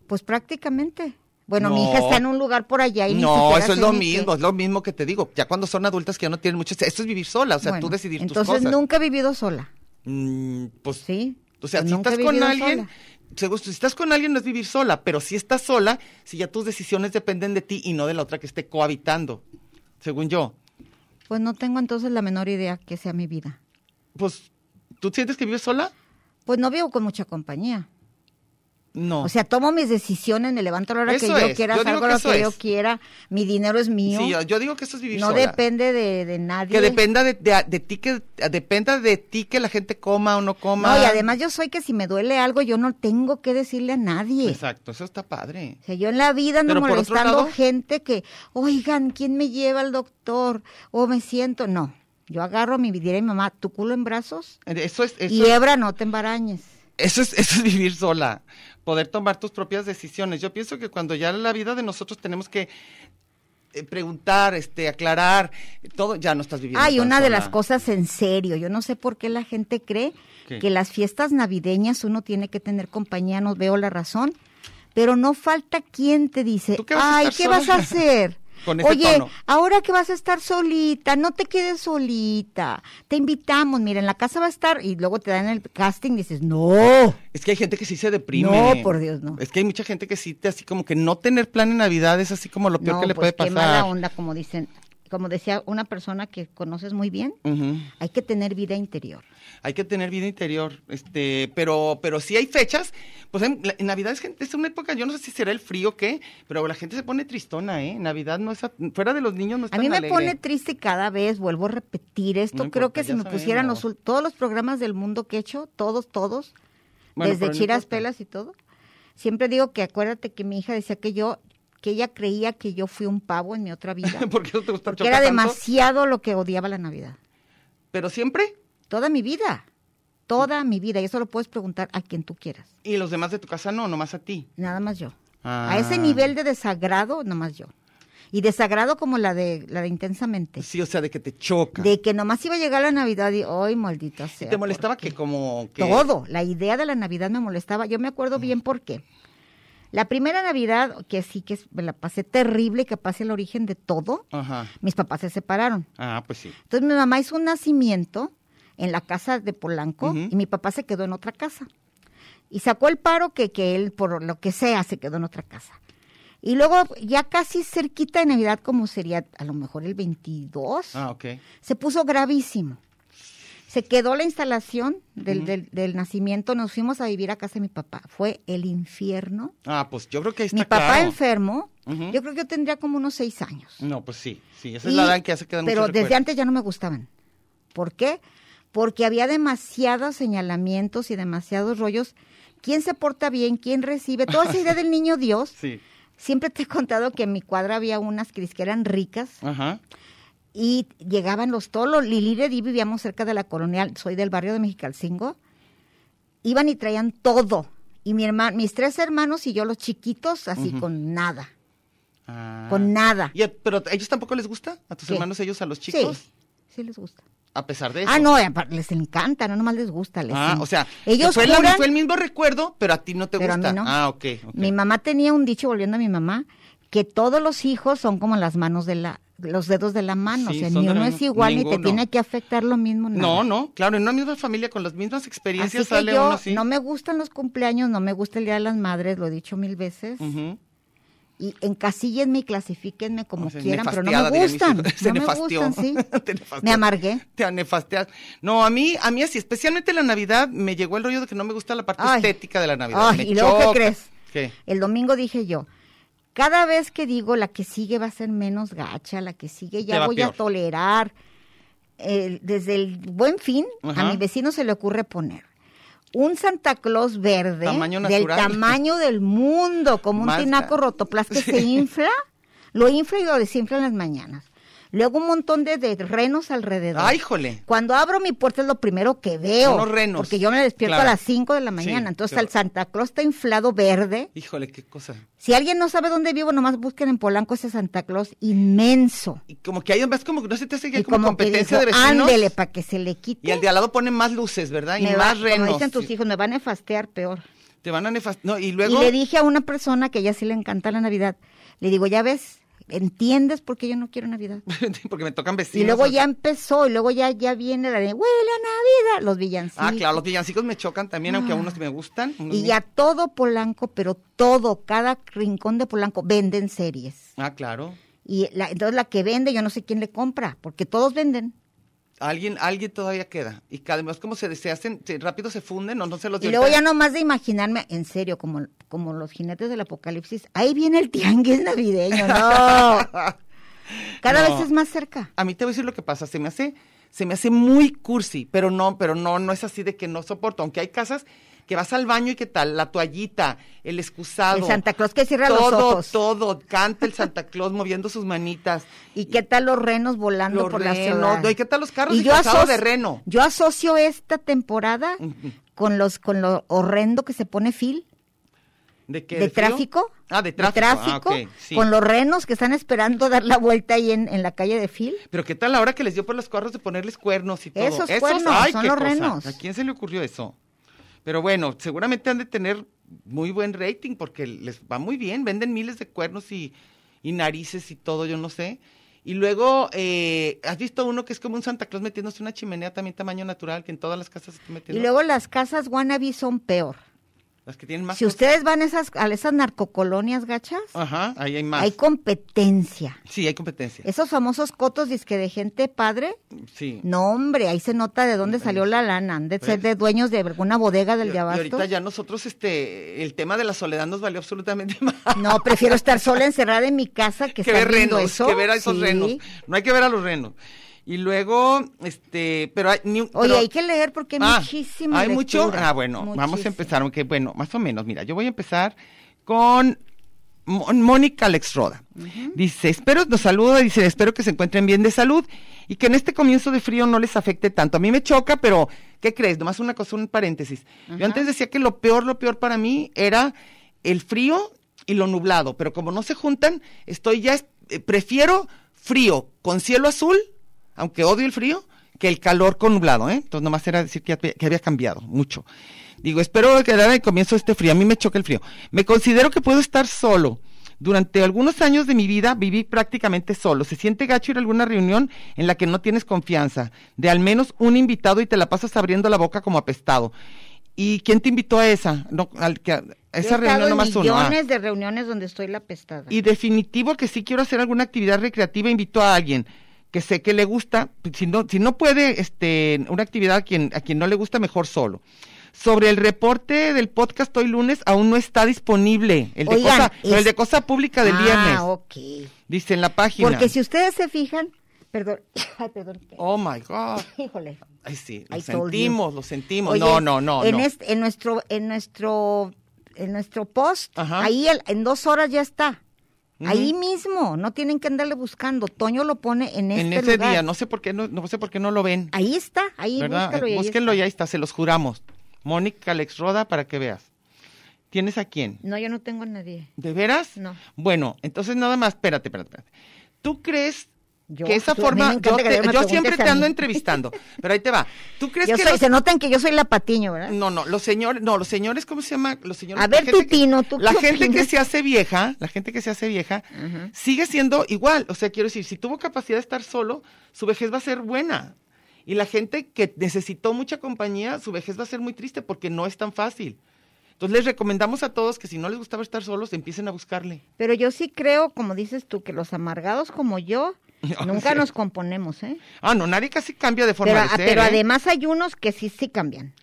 [SPEAKER 5] Pues prácticamente. Bueno, mi
[SPEAKER 4] No.
[SPEAKER 5] hija está en un lugar por allá y ni
[SPEAKER 4] no,
[SPEAKER 5] siquiera
[SPEAKER 4] eso es
[SPEAKER 5] sé
[SPEAKER 4] lo
[SPEAKER 5] ni qué.
[SPEAKER 4] mismo, es lo mismo que te digo. Ya cuando son adultas que ya no tienen mucho, eso es vivir sola, o sea,
[SPEAKER 5] Bueno,
[SPEAKER 4] tú decidir
[SPEAKER 5] entonces
[SPEAKER 4] tus cosas.
[SPEAKER 5] nunca he vivido sola,
[SPEAKER 4] Mm, pues
[SPEAKER 5] ¿sí?
[SPEAKER 4] O sea,
[SPEAKER 5] Pues
[SPEAKER 4] si
[SPEAKER 5] nunca he
[SPEAKER 4] estás con
[SPEAKER 5] vivido
[SPEAKER 4] alguien,
[SPEAKER 5] sola.
[SPEAKER 4] según- si estás con alguien no es vivir sola, pero si estás sola, si ya tus decisiones dependen de ti y no de la otra que esté cohabitando, según yo.
[SPEAKER 5] Pues no tengo entonces la menor idea que sea mi vida.
[SPEAKER 4] Pues, ¿tú sientes que vives sola?
[SPEAKER 5] Pues no vivo con mucha compañía.
[SPEAKER 4] No.
[SPEAKER 5] O sea, tomo mis decisiones, me levanto a la hora que
[SPEAKER 4] Eso
[SPEAKER 5] yo
[SPEAKER 4] es,
[SPEAKER 5] quiera,
[SPEAKER 4] yo digo
[SPEAKER 5] salgo
[SPEAKER 4] que
[SPEAKER 5] a la
[SPEAKER 4] eso
[SPEAKER 5] que yo
[SPEAKER 4] es.
[SPEAKER 5] quiera, mi dinero es mío.
[SPEAKER 4] Sí, yo, yo digo que eso es vivir
[SPEAKER 5] no
[SPEAKER 4] sola.
[SPEAKER 5] depende de, de nadie.
[SPEAKER 4] Que dependa de, de- de ti que dependa de ti que la gente coma o no coma.
[SPEAKER 5] No, y además yo soy que si me duele algo, yo no tengo que decirle a nadie.
[SPEAKER 4] Exacto, eso está padre.
[SPEAKER 5] O sea, yo en la vida ando
[SPEAKER 4] Pero por otro
[SPEAKER 5] molestando
[SPEAKER 4] lado-
[SPEAKER 5] gente que, oigan, ¿quién me lleva al doctor? O me siento. No, yo agarro mi vida y mi mamá, tu culo en brazos,
[SPEAKER 4] Eso es eso, es-
[SPEAKER 5] liebra, no te embarañes.
[SPEAKER 4] eso es eso es vivir sola, poder tomar tus propias decisiones. Yo pienso que cuando ya la vida de nosotros tenemos que eh, preguntar, este, aclarar, todo ya no estás viviendo.
[SPEAKER 5] Hay
[SPEAKER 4] tan
[SPEAKER 5] una de las
[SPEAKER 4] sola.
[SPEAKER 5] cosas en serio. Yo no sé por qué la gente cree
[SPEAKER 4] ¿Qué?
[SPEAKER 5] que las fiestas navideñas uno tiene que tener compañía, no veo la razón, pero no falta quien te dice,
[SPEAKER 4] ¿Tú qué vas a
[SPEAKER 5] ay,
[SPEAKER 4] estar
[SPEAKER 5] ¿qué
[SPEAKER 4] sola?"
[SPEAKER 5] vas a hacer?
[SPEAKER 4] Con ese
[SPEAKER 5] Oye,
[SPEAKER 4] tono.
[SPEAKER 5] ahora que vas a estar solita, no te quedes solita. Te invitamos, mira, en la casa va a estar y luego te dan el casting y dices, no.
[SPEAKER 4] Es que hay gente que sí se deprime.
[SPEAKER 5] No, por Dios, no.
[SPEAKER 4] Es que hay mucha gente que sí, te, así como que no tener plan en Navidad es así como lo peor
[SPEAKER 5] no,
[SPEAKER 4] que le
[SPEAKER 5] pues,
[SPEAKER 4] puede
[SPEAKER 5] Qué
[SPEAKER 4] pasar.
[SPEAKER 5] mala onda, como dicen, como decía una persona que conoces muy bien,
[SPEAKER 4] Ujú.
[SPEAKER 5] hay que tener vida interior.
[SPEAKER 4] Hay que tener vida interior, este, pero, pero sí hay fechas, pues en, la- en Navidad es gente, es una época, yo no sé si será el frío o qué, pero la gente se pone tristona, ¿eh? En Navidad no es, a- fuera de los niños no es
[SPEAKER 5] A mí
[SPEAKER 4] tan
[SPEAKER 5] me
[SPEAKER 4] alegre.
[SPEAKER 5] pone triste y cada vez, vuelvo a repetir esto,
[SPEAKER 4] No
[SPEAKER 5] creo
[SPEAKER 4] importa,
[SPEAKER 5] que si
[SPEAKER 4] ya
[SPEAKER 5] me pusieran los,
[SPEAKER 4] sabemos.
[SPEAKER 5] ul- todos los programas del mundo que he hecho, todos, todos,
[SPEAKER 4] Bueno, pero
[SPEAKER 5] desde
[SPEAKER 4] no
[SPEAKER 5] Chiras
[SPEAKER 4] importa.
[SPEAKER 5] Pelas y todo, siempre digo que acuérdate que mi hija decía que yo, que ella creía que yo fui un pavo en mi otra vida,
[SPEAKER 4] ¿Por qué no te gusta
[SPEAKER 5] porque
[SPEAKER 4] chocar
[SPEAKER 5] era
[SPEAKER 4] tanto?
[SPEAKER 5] demasiado lo que odiaba la Navidad.
[SPEAKER 4] Pero siempre,
[SPEAKER 5] Toda mi vida, toda mi vida, y eso lo puedes preguntar a quien tú quieras,
[SPEAKER 4] y los demás de tu casa no, nomás a ti.
[SPEAKER 5] nada más yo.
[SPEAKER 4] Ah.
[SPEAKER 5] A ese nivel de desagrado, nada más yo. Y desagrado como la de, la de intensamente.
[SPEAKER 4] Sí, o sea, de que te choca.
[SPEAKER 5] De que nomás iba a llegar la Navidad y, ay, maldita sea.
[SPEAKER 4] te molestaba
[SPEAKER 5] ¿por
[SPEAKER 4] que
[SPEAKER 5] qué?".
[SPEAKER 4] como que Mm.
[SPEAKER 5] Todo, la idea de la Navidad me molestaba. Yo me acuerdo bien por qué. La primera Navidad, que sí que es- me la pasé terrible, que pasé el origen de todo,
[SPEAKER 4] Ajá.
[SPEAKER 5] mis papás se separaron.
[SPEAKER 4] Ah, pues sí.
[SPEAKER 5] Entonces mi mamá hizo un nacimiento en la casa de Polanco
[SPEAKER 4] Ujú.
[SPEAKER 5] y mi papá se quedó en otra casa. Y sacó el paro que, que él, por lo que sea, se quedó en otra casa. Y luego, ya casi cerquita de Navidad, como sería a lo mejor el 22,
[SPEAKER 4] Ah, ok.
[SPEAKER 5] se puso gravísimo. Se quedó la instalación del, del- del nacimiento, nos fuimos a vivir a casa de mi papá. Fue el infierno.
[SPEAKER 4] Ah, pues yo creo que ahí está
[SPEAKER 5] mi papá
[SPEAKER 4] claro.
[SPEAKER 5] enfermo,
[SPEAKER 4] Ujú.
[SPEAKER 5] yo creo que yo tendría como unos seis años.
[SPEAKER 4] No, pues sí, sí, esa es
[SPEAKER 5] Y-
[SPEAKER 4] la edad en que hace quedar
[SPEAKER 5] pero
[SPEAKER 4] muchos
[SPEAKER 5] desde
[SPEAKER 4] recuerdos.
[SPEAKER 5] antes ya no me gustaban. ¿Por qué? Porque había demasiados señalamientos y demasiados rollos. ¿Quién se porta bien? ¿Quién recibe? Toda esa idea del niño Dios.
[SPEAKER 4] Sí.
[SPEAKER 5] Siempre te he contado que en mi cuadra había unas que que eran ricas
[SPEAKER 4] Ajá.
[SPEAKER 5] y llegaban los tolos. Lili y Di vivíamos cerca de la colonial, soy del barrio de Mexicalcingo. Iban y traían todo. Y mi hermano, mis tres hermanos y yo, los chiquitos, así con nada,
[SPEAKER 4] Ah.
[SPEAKER 5] con nada.
[SPEAKER 4] ¿Y a- pero a ellos tampoco les gusta? ¿A tus
[SPEAKER 5] ¿Qué?
[SPEAKER 4] hermanos, ellos, a los chicos?
[SPEAKER 5] Sí, sí les gusta.
[SPEAKER 4] a pesar de eso.
[SPEAKER 5] Ah, no, y apar- les encanta, no nomás les gusta. Les
[SPEAKER 4] Ah,
[SPEAKER 5] en-
[SPEAKER 4] o sea,
[SPEAKER 5] ellos
[SPEAKER 4] fue, la-
[SPEAKER 5] juran-
[SPEAKER 4] fue el mismo recuerdo, pero a ti no te
[SPEAKER 5] Pero a
[SPEAKER 4] gusta.
[SPEAKER 5] mí no.
[SPEAKER 4] Ah, ok. ok.
[SPEAKER 5] Mi mamá tenía un dicho, volviendo a mi mamá, que todos los hijos son como las manos de la, los dedos de la mano.
[SPEAKER 4] Sí,
[SPEAKER 5] o sea,
[SPEAKER 4] son
[SPEAKER 5] ni
[SPEAKER 4] de la
[SPEAKER 5] uno
[SPEAKER 4] mano.
[SPEAKER 5] es igual ni te
[SPEAKER 4] Ninguno.
[SPEAKER 5] tiene que afectar lo mismo. nada.
[SPEAKER 4] No, no, claro, en una misma familia con las mismas experiencias
[SPEAKER 5] Así que
[SPEAKER 4] sale
[SPEAKER 5] yo
[SPEAKER 4] uno así.
[SPEAKER 5] no me gustan los cumpleaños, no me gusta el Día de las Madres, lo he dicho mil veces.
[SPEAKER 4] Ujú.
[SPEAKER 5] Y encasíllenme y clasifíquenme como
[SPEAKER 4] O sea,
[SPEAKER 5] quieran, pero no
[SPEAKER 4] nefasteada,
[SPEAKER 5] me
[SPEAKER 4] dirían mis
[SPEAKER 5] gustan.
[SPEAKER 4] hijos. Se
[SPEAKER 5] No me
[SPEAKER 4] nefasteó.
[SPEAKER 5] gustan, sí.
[SPEAKER 4] Te nefasteó.
[SPEAKER 5] Me amargué.
[SPEAKER 4] Te nefasteas. No, a mí, a mí así, especialmente la Navidad, me llegó el rollo de que no me gusta la parte
[SPEAKER 5] Ay.
[SPEAKER 4] estética de la Navidad.
[SPEAKER 5] Ay,
[SPEAKER 4] me
[SPEAKER 5] ¿y luego qué
[SPEAKER 4] choca.
[SPEAKER 5] crees?
[SPEAKER 4] ¿Qué?
[SPEAKER 5] El domingo dije yo, cada vez que digo la que sigue va a ser menos gacha, la que sigue
[SPEAKER 4] Te
[SPEAKER 5] ya
[SPEAKER 4] va
[SPEAKER 5] voy a
[SPEAKER 4] peor.
[SPEAKER 5] tolerar. El- desde el buen fin,
[SPEAKER 4] Ajá.
[SPEAKER 5] a mi vecino se le ocurre poner un Santa Claus verde
[SPEAKER 4] Tamaño
[SPEAKER 5] del
[SPEAKER 4] natural.
[SPEAKER 5] tamaño del mundo, como un
[SPEAKER 4] Más
[SPEAKER 5] tinaco
[SPEAKER 4] grande.
[SPEAKER 5] rotoplas que se infla, lo infla y lo desinfla en las mañanas. Luego un montón de, de renos alrededor.
[SPEAKER 4] Ay, jole.
[SPEAKER 5] Cuando abro mi puerta es lo primero que veo.
[SPEAKER 4] Unos renos.
[SPEAKER 5] Porque yo me despierto
[SPEAKER 4] Claro.
[SPEAKER 5] a las 5 de la mañana.
[SPEAKER 4] Sí,
[SPEAKER 5] Entonces
[SPEAKER 4] qué
[SPEAKER 5] el Santa Claus está inflado verde.
[SPEAKER 4] Híjole, qué cosa.
[SPEAKER 5] Si alguien no sabe dónde vivo, nomás busquen en Polanco ese Santa Claus inmenso.
[SPEAKER 4] Y como que hay, ves como que no se te hace
[SPEAKER 5] Y
[SPEAKER 4] que hay como,
[SPEAKER 5] como que
[SPEAKER 4] competencia
[SPEAKER 5] dijo,
[SPEAKER 4] de vecinos.
[SPEAKER 5] ándele para que se le quite.
[SPEAKER 4] y al de al lado ponen más luces, ¿verdad? Y
[SPEAKER 5] Me va-
[SPEAKER 4] más
[SPEAKER 5] Como
[SPEAKER 4] renos.
[SPEAKER 5] dicen tus hijos, me van a fastear peor.
[SPEAKER 4] Te van a nefast... No, y luego...
[SPEAKER 5] Y le dije a una persona que a ella sí le encanta la Navidad, le digo, ya ves, entiendes por qué yo no quiero Navidad.
[SPEAKER 4] porque me tocan vecinos.
[SPEAKER 5] y luego
[SPEAKER 4] o sea.
[SPEAKER 5] ya empezó, y luego ya, ya viene la de, huele a Navidad, los villancicos.
[SPEAKER 4] Ah, claro, los villancicos me chocan también, aunque a unos me gustan. unos
[SPEAKER 5] Y
[SPEAKER 4] me-
[SPEAKER 5] a todo Polanco, pero todo, cada rincón de Polanco venden series.
[SPEAKER 4] Ah, claro.
[SPEAKER 5] Y la- entonces la que vende, yo no sé quién le compra, porque todos venden.
[SPEAKER 4] Alguien, alguien todavía queda. Y que además como se, se hacen, se- rápido se funden, no, no se los
[SPEAKER 5] Y luego ya nomás de imaginarme, en serio, como, como los jinetes del apocalipsis, ahí viene el tianguis navideño, no. Cada
[SPEAKER 4] No.
[SPEAKER 5] vez es más cerca.
[SPEAKER 4] A mí te voy a decir lo que pasa, se me hace, se me hace muy cursi, pero no, pero no, no es así de que no soporto, aunque hay casas que vas al baño y qué tal, la toallita, el excusado.
[SPEAKER 5] El Santa Claus que cierra los
[SPEAKER 4] todo,
[SPEAKER 5] ojos.
[SPEAKER 4] Todo, canta el Santa Claus moviendo sus manitas.
[SPEAKER 5] ¿Y qué tal los renos volando
[SPEAKER 4] Los
[SPEAKER 5] por la
[SPEAKER 4] renos,
[SPEAKER 5] ciudad?
[SPEAKER 4] no, ¿y qué tal los carros disfrazados
[SPEAKER 5] asocio-
[SPEAKER 4] de reno?
[SPEAKER 5] Yo asocio esta temporada
[SPEAKER 4] Ujú.
[SPEAKER 5] con los con lo horrendo que se pone Phil
[SPEAKER 4] ¿De qué?
[SPEAKER 5] de,
[SPEAKER 4] frío?
[SPEAKER 5] tráfico.
[SPEAKER 4] Ah, de tráfico. ah, ok, sí.
[SPEAKER 5] Con los renos que están esperando dar la vuelta ahí en, en la calle de Phil.
[SPEAKER 4] Pero qué tal ahora que les dio por los cuernos de ponerles cuernos y todo.
[SPEAKER 5] Esos cuernos, son
[SPEAKER 4] qué
[SPEAKER 5] los
[SPEAKER 4] cosa.
[SPEAKER 5] renos.
[SPEAKER 4] ¿A quién se le ocurrió eso? Pero bueno, seguramente han de tener muy buen rating porque les va muy bien, venden miles de cuernos y, y narices y todo, yo no sé. Y luego, eh, ¿has visto uno que es como un Santa Claus metiéndose en una chimenea también tamaño natural que en todas las casas se está
[SPEAKER 5] Y
[SPEAKER 4] metiendo?
[SPEAKER 5] luego las casas wannabe son peor.
[SPEAKER 4] las que tienen más.
[SPEAKER 5] Si
[SPEAKER 4] cosas.
[SPEAKER 5] ustedes van a esas, a esas narcocolonias gachas,
[SPEAKER 4] Ajá, ahí hay más.
[SPEAKER 5] hay competencia.
[SPEAKER 4] Sí, hay competencia.
[SPEAKER 5] Esos famosos cotos disque de gente padre,
[SPEAKER 4] Sí.
[SPEAKER 5] no hombre, ahí se nota de dónde salió la lana, han de ser de dueños de alguna bodega del
[SPEAKER 4] Pues, y,
[SPEAKER 5] de
[SPEAKER 4] y
[SPEAKER 5] abasto.
[SPEAKER 4] ahorita ya nosotros, este, el tema de la soledad nos valió absolutamente más.
[SPEAKER 5] No, prefiero estar sola encerrada en mi casa que,
[SPEAKER 4] que
[SPEAKER 5] estar
[SPEAKER 4] ver
[SPEAKER 5] viendo
[SPEAKER 4] renos,
[SPEAKER 5] eso.
[SPEAKER 4] que ver a esos
[SPEAKER 5] Sí.
[SPEAKER 4] renos. No hay que ver a los renos. Y luego, este, pero hay ni un-
[SPEAKER 5] Oye,
[SPEAKER 4] pero-
[SPEAKER 5] hay que leer porque hay
[SPEAKER 4] Ah,
[SPEAKER 5] muchísima
[SPEAKER 4] Hay mucho.
[SPEAKER 5] lectura.
[SPEAKER 4] Ah, bueno, vamos a
[SPEAKER 5] Muchísima.
[SPEAKER 4] empezar, aunque bueno, más o menos. Mira, yo voy a empezar con Mon- Mónica Alex Roda. Dice, espero, nos saluda, dice, espero que se encuentren bien de salud y que en este comienzo de frío no les afecte tanto. A mí me choca, pero ¿qué crees? Nomás una cosa, un paréntesis. Yo antes decía que lo peor, lo peor para mí era el frío y lo nublado, pero como no se juntan, estoy ya, es- eh, prefiero frío con cielo azul, aunque odio el frío, que el calor con nublado, ¿eh? Entonces nomás era decir que, había- que había cambiado mucho. Digo, espero quedar al comienzo de este frío, a mí me choca el frío. Me considero que puedo estar solo. Durante algunos años de mi vida viví prácticamente solo. Se siente gacho ir a alguna reunión en la que no tienes confianza, de al menos un invitado y te la pasas abriendo la boca como apestado. ¿Y quién te invitó a esa? No, al que- a
[SPEAKER 5] Yo
[SPEAKER 4] esa
[SPEAKER 5] he estado
[SPEAKER 4] reunión
[SPEAKER 5] en
[SPEAKER 4] nomás uno. ah.
[SPEAKER 5] millones de reuniones donde estoy la pestada.
[SPEAKER 4] Y definitivo que sí quiero hacer alguna actividad recreativa, invito a alguien que sé que le gusta, pues, si no, si no puede, este, una actividad a quien, a quien no le gusta, mejor solo. Sobre el reporte del podcast hoy lunes, aún no está disponible. El de,
[SPEAKER 5] Oigan,
[SPEAKER 4] cosa, pero el
[SPEAKER 5] es-
[SPEAKER 4] de cosa pública del
[SPEAKER 5] ah,
[SPEAKER 4] viernes.
[SPEAKER 5] ok.
[SPEAKER 4] Dice en la página.
[SPEAKER 5] Porque si ustedes se fijan, perdón, ay, perdón,
[SPEAKER 4] Oh my God.
[SPEAKER 5] híjole.
[SPEAKER 4] Ay, sí, lo
[SPEAKER 5] I told you.
[SPEAKER 4] sentimos, lo sentimos.
[SPEAKER 5] Oye,
[SPEAKER 4] no, no, no.
[SPEAKER 5] En,
[SPEAKER 4] no.
[SPEAKER 5] este- en nuestro, en nuestro, en nuestro post,
[SPEAKER 4] Ajá.
[SPEAKER 5] ahí el- en dos horas ya está.
[SPEAKER 4] Ujú.
[SPEAKER 5] Ahí mismo, no tienen que andarle buscando. Toño lo pone en este
[SPEAKER 4] en ese
[SPEAKER 5] lugar.
[SPEAKER 4] día, no sé por qué no, no sé por qué no lo ven.
[SPEAKER 5] Ahí está, ahí
[SPEAKER 4] ¿verdad?
[SPEAKER 5] búscalo. Y ahí
[SPEAKER 4] Búsquenlo
[SPEAKER 5] está.
[SPEAKER 4] y ahí está, se los juramos. Mónica Alex Roda para que veas. ¿Tienes a quién?
[SPEAKER 5] No, yo no tengo a nadie.
[SPEAKER 4] ¿De veras?
[SPEAKER 5] No.
[SPEAKER 4] Bueno, entonces nada más, espérate, espérate, espérate. ¿Tú crees
[SPEAKER 5] Yo-
[SPEAKER 4] que esa
[SPEAKER 5] tú- a mí me
[SPEAKER 4] forma, yo,
[SPEAKER 5] encanta que
[SPEAKER 4] te-
[SPEAKER 5] me
[SPEAKER 4] yo
[SPEAKER 5] preguntes
[SPEAKER 4] siempre
[SPEAKER 5] a
[SPEAKER 4] te
[SPEAKER 5] mí.
[SPEAKER 4] ando entrevistando, pero ahí te va. ¿Tú crees
[SPEAKER 5] Yo
[SPEAKER 4] que
[SPEAKER 5] soy-
[SPEAKER 4] los-
[SPEAKER 5] Se notan que yo soy la patiño, ¿verdad?
[SPEAKER 4] no, no, los señores, no, los señores, ¿cómo se llama? Los señores.
[SPEAKER 5] A
[SPEAKER 4] la
[SPEAKER 5] ver,
[SPEAKER 4] gente
[SPEAKER 5] tú,
[SPEAKER 4] que-
[SPEAKER 5] Tino, ¿tú
[SPEAKER 4] La
[SPEAKER 5] qué
[SPEAKER 4] gente
[SPEAKER 5] opinas?
[SPEAKER 4] que se hace vieja, la gente que se hace vieja,
[SPEAKER 5] Ujú.
[SPEAKER 4] sigue siendo igual. O sea, quiero decir, si tuvo capacidad de estar solo, su vejez va a ser buena. Y la gente que necesitó mucha compañía, su vejez va a ser muy triste porque no es tan fácil. Entonces les recomendamos a todos que si no les gustaba estar solos, empiecen a buscarle.
[SPEAKER 5] Pero yo sí creo, como dices tú, que los amargados como yo nunca nos componemos, ¿eh?
[SPEAKER 4] Ah, no, nadie casi cambia de forma
[SPEAKER 5] Pero, ah,
[SPEAKER 4] de ser.
[SPEAKER 5] pero
[SPEAKER 4] ¿eh?
[SPEAKER 5] además hay unos que sí, sí cambian.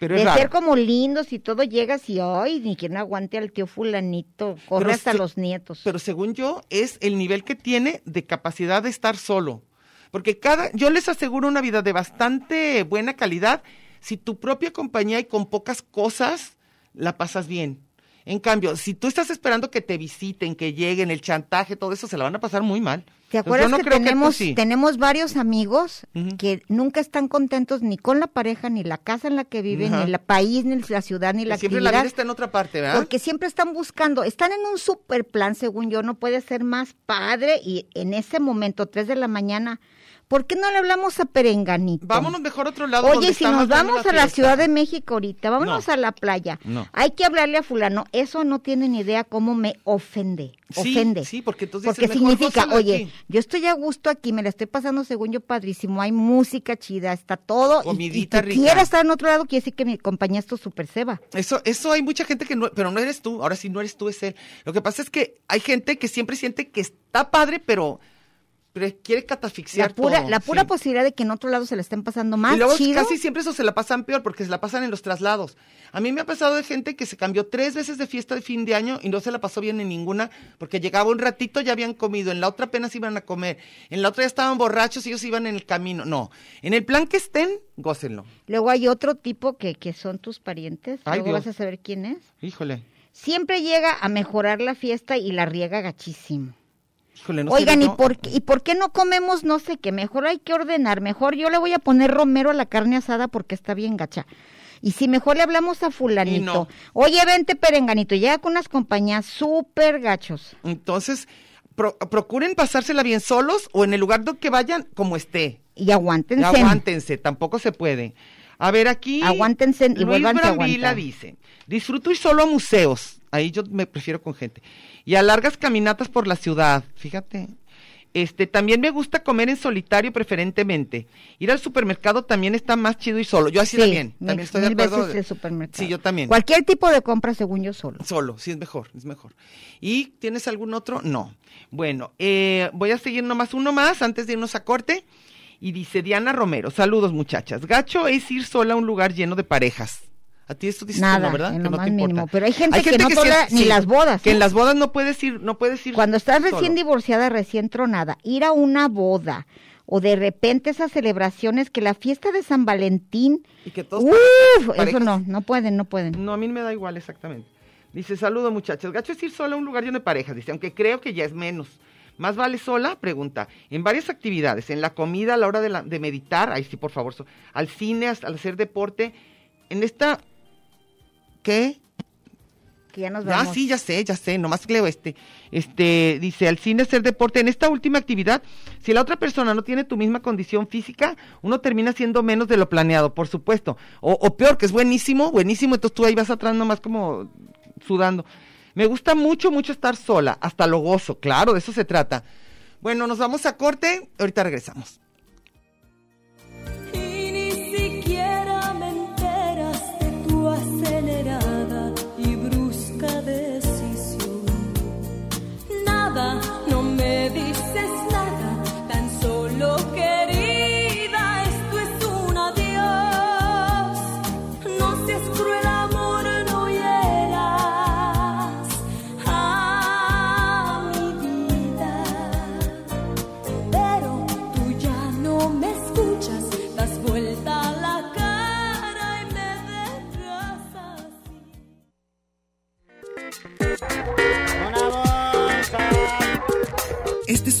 [SPEAKER 4] Pero
[SPEAKER 5] De
[SPEAKER 4] es
[SPEAKER 5] ser
[SPEAKER 4] raro.
[SPEAKER 5] como lindos y todo, llegas y hoy ni quien aguante al tío fulanito, corre
[SPEAKER 4] Pero
[SPEAKER 5] hasta
[SPEAKER 4] sí-
[SPEAKER 5] los nietos.
[SPEAKER 4] pero según yo es el nivel que tiene de capacidad de estar solo. Porque cada, yo les aseguro una vida de bastante buena calidad si tu propia compañía y con pocas cosas la pasas bien. En cambio, si tú estás esperando que te visiten, que lleguen, el chantaje, todo eso, se la van a pasar muy mal.
[SPEAKER 5] ¿Te
[SPEAKER 4] Entonces,
[SPEAKER 5] acuerdas
[SPEAKER 4] pues yo no
[SPEAKER 5] que,
[SPEAKER 4] creo tú
[SPEAKER 5] tenemos,
[SPEAKER 4] sí.
[SPEAKER 5] tenemos varios amigos
[SPEAKER 4] Ujú.
[SPEAKER 5] que nunca están contentos ni con la pareja, ni la casa en la que viven,
[SPEAKER 4] Ajá.
[SPEAKER 5] ni el país, ni la ciudad, ni la
[SPEAKER 4] Que Siempre
[SPEAKER 5] actividad?
[SPEAKER 4] la vida está en otra parte, ¿verdad?
[SPEAKER 5] Porque siempre están buscando, están en un super plan, según yo, no puede ser más padre y en ese momento, 3 de la mañana, ¿por qué no le hablamos a Perenganito?
[SPEAKER 4] Vámonos mejor a otro lado. donde
[SPEAKER 5] Oye, si
[SPEAKER 4] está
[SPEAKER 5] nos
[SPEAKER 4] más grande
[SPEAKER 5] vamos a la
[SPEAKER 4] fiesta.
[SPEAKER 5] Ciudad de México ahorita, vámonos
[SPEAKER 4] No.
[SPEAKER 5] a la playa.
[SPEAKER 4] No.
[SPEAKER 5] Hay que hablarle a fulano. Eso no tienen idea cómo me ofende.
[SPEAKER 4] Sí,
[SPEAKER 5] ofende.
[SPEAKER 4] sí, porque entonces
[SPEAKER 5] Porque
[SPEAKER 4] dices, "Mejor
[SPEAKER 5] significa,
[SPEAKER 4] gózala
[SPEAKER 5] oye,
[SPEAKER 4] aquí".
[SPEAKER 5] yo estoy a gusto aquí, me la estoy pasando según yo padrísimo. Hay música chida, está todo. y-
[SPEAKER 4] Comidita
[SPEAKER 5] y, que
[SPEAKER 4] rica.
[SPEAKER 5] quiera estar en otro lado, quiere decir que mi compañía está súper ceba.
[SPEAKER 4] Eso, eso hay mucha gente que no, pero no eres tú, ahora sí no eres tú, es él. Lo que pasa es que hay gente que siempre siente que está padre, pero, pero quiere catafixiar
[SPEAKER 5] La pura,
[SPEAKER 4] todo,
[SPEAKER 5] la pura
[SPEAKER 4] sí.
[SPEAKER 5] posibilidad de que en otro lado se la estén pasando más
[SPEAKER 4] Y luego
[SPEAKER 5] chido.
[SPEAKER 4] casi siempre eso se la pasan peor porque se la pasan en los traslados. A mí me ha pasado de gente que se cambió tres veces de fiesta de fin de año y no se la pasó bien en ninguna porque llegaba un ratito ya habían comido, en la otra apenas iban a comer, en la otra ya estaban borrachos y ellos iban en el camino. No, en el plan que estén, gócenlo.
[SPEAKER 5] Luego hay otro tipo que, que son tus parientes.
[SPEAKER 4] Ay,
[SPEAKER 5] luego vas
[SPEAKER 4] Dios.
[SPEAKER 5] a saber quién es.
[SPEAKER 4] Híjole,
[SPEAKER 5] Siempre llega a mejorar la fiesta y la riega gachísimo.
[SPEAKER 4] híjole, no sé,
[SPEAKER 5] Oigan, ¿y
[SPEAKER 4] no-
[SPEAKER 5] por, qué- ¿y por qué no comemos no sé qué? Mejor hay que ordenar, mejor yo le voy a poner romero a la carne asada porque está bien gacha. Y si mejor le hablamos a fulanito,
[SPEAKER 4] Y no.
[SPEAKER 5] oye, vente perenganito, llega con unas compañías súper gachos.
[SPEAKER 4] Entonces, pro- procuren pasársela bien solos o en el lugar do- que vayan, como esté.
[SPEAKER 5] Y aguántense.
[SPEAKER 4] Aguántense, tampoco se puede. A ver, aquí.
[SPEAKER 5] Aguántense y
[SPEAKER 4] Luis
[SPEAKER 5] vuélvanse a
[SPEAKER 4] Brambila
[SPEAKER 5] aguantar.
[SPEAKER 4] dice: disfruto ir solo a museos. Ahí yo me prefiero con gente. Y a largas caminatas por la ciudad. Fíjate. Este, también me gusta comer en solitario preferentemente. Ir al supermercado también está más chido y solo. Yo así
[SPEAKER 5] Sí,
[SPEAKER 4] también.
[SPEAKER 5] mil-
[SPEAKER 4] También estoy de
[SPEAKER 5] mil
[SPEAKER 4] acuerdo.
[SPEAKER 5] veces el supermercado.
[SPEAKER 4] Sí, yo también.
[SPEAKER 5] Cualquier tipo de compra según yo solo.
[SPEAKER 4] Solo, sí, es mejor, es mejor. ¿Y tienes algún otro? No. Bueno, eh, voy a seguir nomás uno más antes de irnos a corte. Y dice Diana Romero, saludos muchachas. Gacho es ir sola a un lugar lleno de parejas. A ti esto dices que
[SPEAKER 5] Nada,
[SPEAKER 4] no, ¿verdad?
[SPEAKER 5] en
[SPEAKER 4] Que
[SPEAKER 5] lo
[SPEAKER 4] no
[SPEAKER 5] más
[SPEAKER 4] te importa.
[SPEAKER 5] mínimo. Pero hay gente que no tolera ni las bodas,
[SPEAKER 4] Que en
[SPEAKER 5] ¿eh?
[SPEAKER 4] las bodas no puedes ir, no puedes ir.
[SPEAKER 5] Cuando estás recién
[SPEAKER 4] solo.
[SPEAKER 5] divorciada, recién tronada, ir a una boda o de repente esas celebraciones que la fiesta de San Valentín,
[SPEAKER 4] Y que todos
[SPEAKER 5] ¡Uf! eso
[SPEAKER 4] parejas.
[SPEAKER 5] no, no pueden, no pueden.
[SPEAKER 4] No, a mí me da igual exactamente. Dice, saludo muchachos. Gacho es ir sola a un lugar lleno de parejas. Dice, aunque creo que ya es menos. ¿Más vale sola? Pregunta. En varias actividades, en la comida, a la hora de, la- de meditar, ahí sí, por favor, so- al cine, hasta- al hacer deporte. En esta... ¿Qué?
[SPEAKER 5] Que ya nos
[SPEAKER 4] Ah,
[SPEAKER 5] vamos.
[SPEAKER 4] sí, ya sé, ya sé, nomás leo este. Este, dice, al cine hacer deporte. En esta última actividad, si la otra persona no tiene tu misma condición física, uno termina siendo menos de lo planeado, por supuesto. O, o peor, que es buenísimo, buenísimo, entonces tú ahí vas atrás nomás como sudando. Me gusta mucho, mucho estar sola, hasta lo gozo, claro, de eso se trata. Bueno, nos vamos a corte, ahorita regresamos.
[SPEAKER 6] Y ni siquiera me enteras de tu acelerada y brusca decisión. Nada, no me dices nada, tan solo querida, esto es un adiós. No seas cruel, amor, no hieras a mi vida. Pero tú ya no me escuchas, das vuelta la cara y me dejas así.
[SPEAKER 7] Este es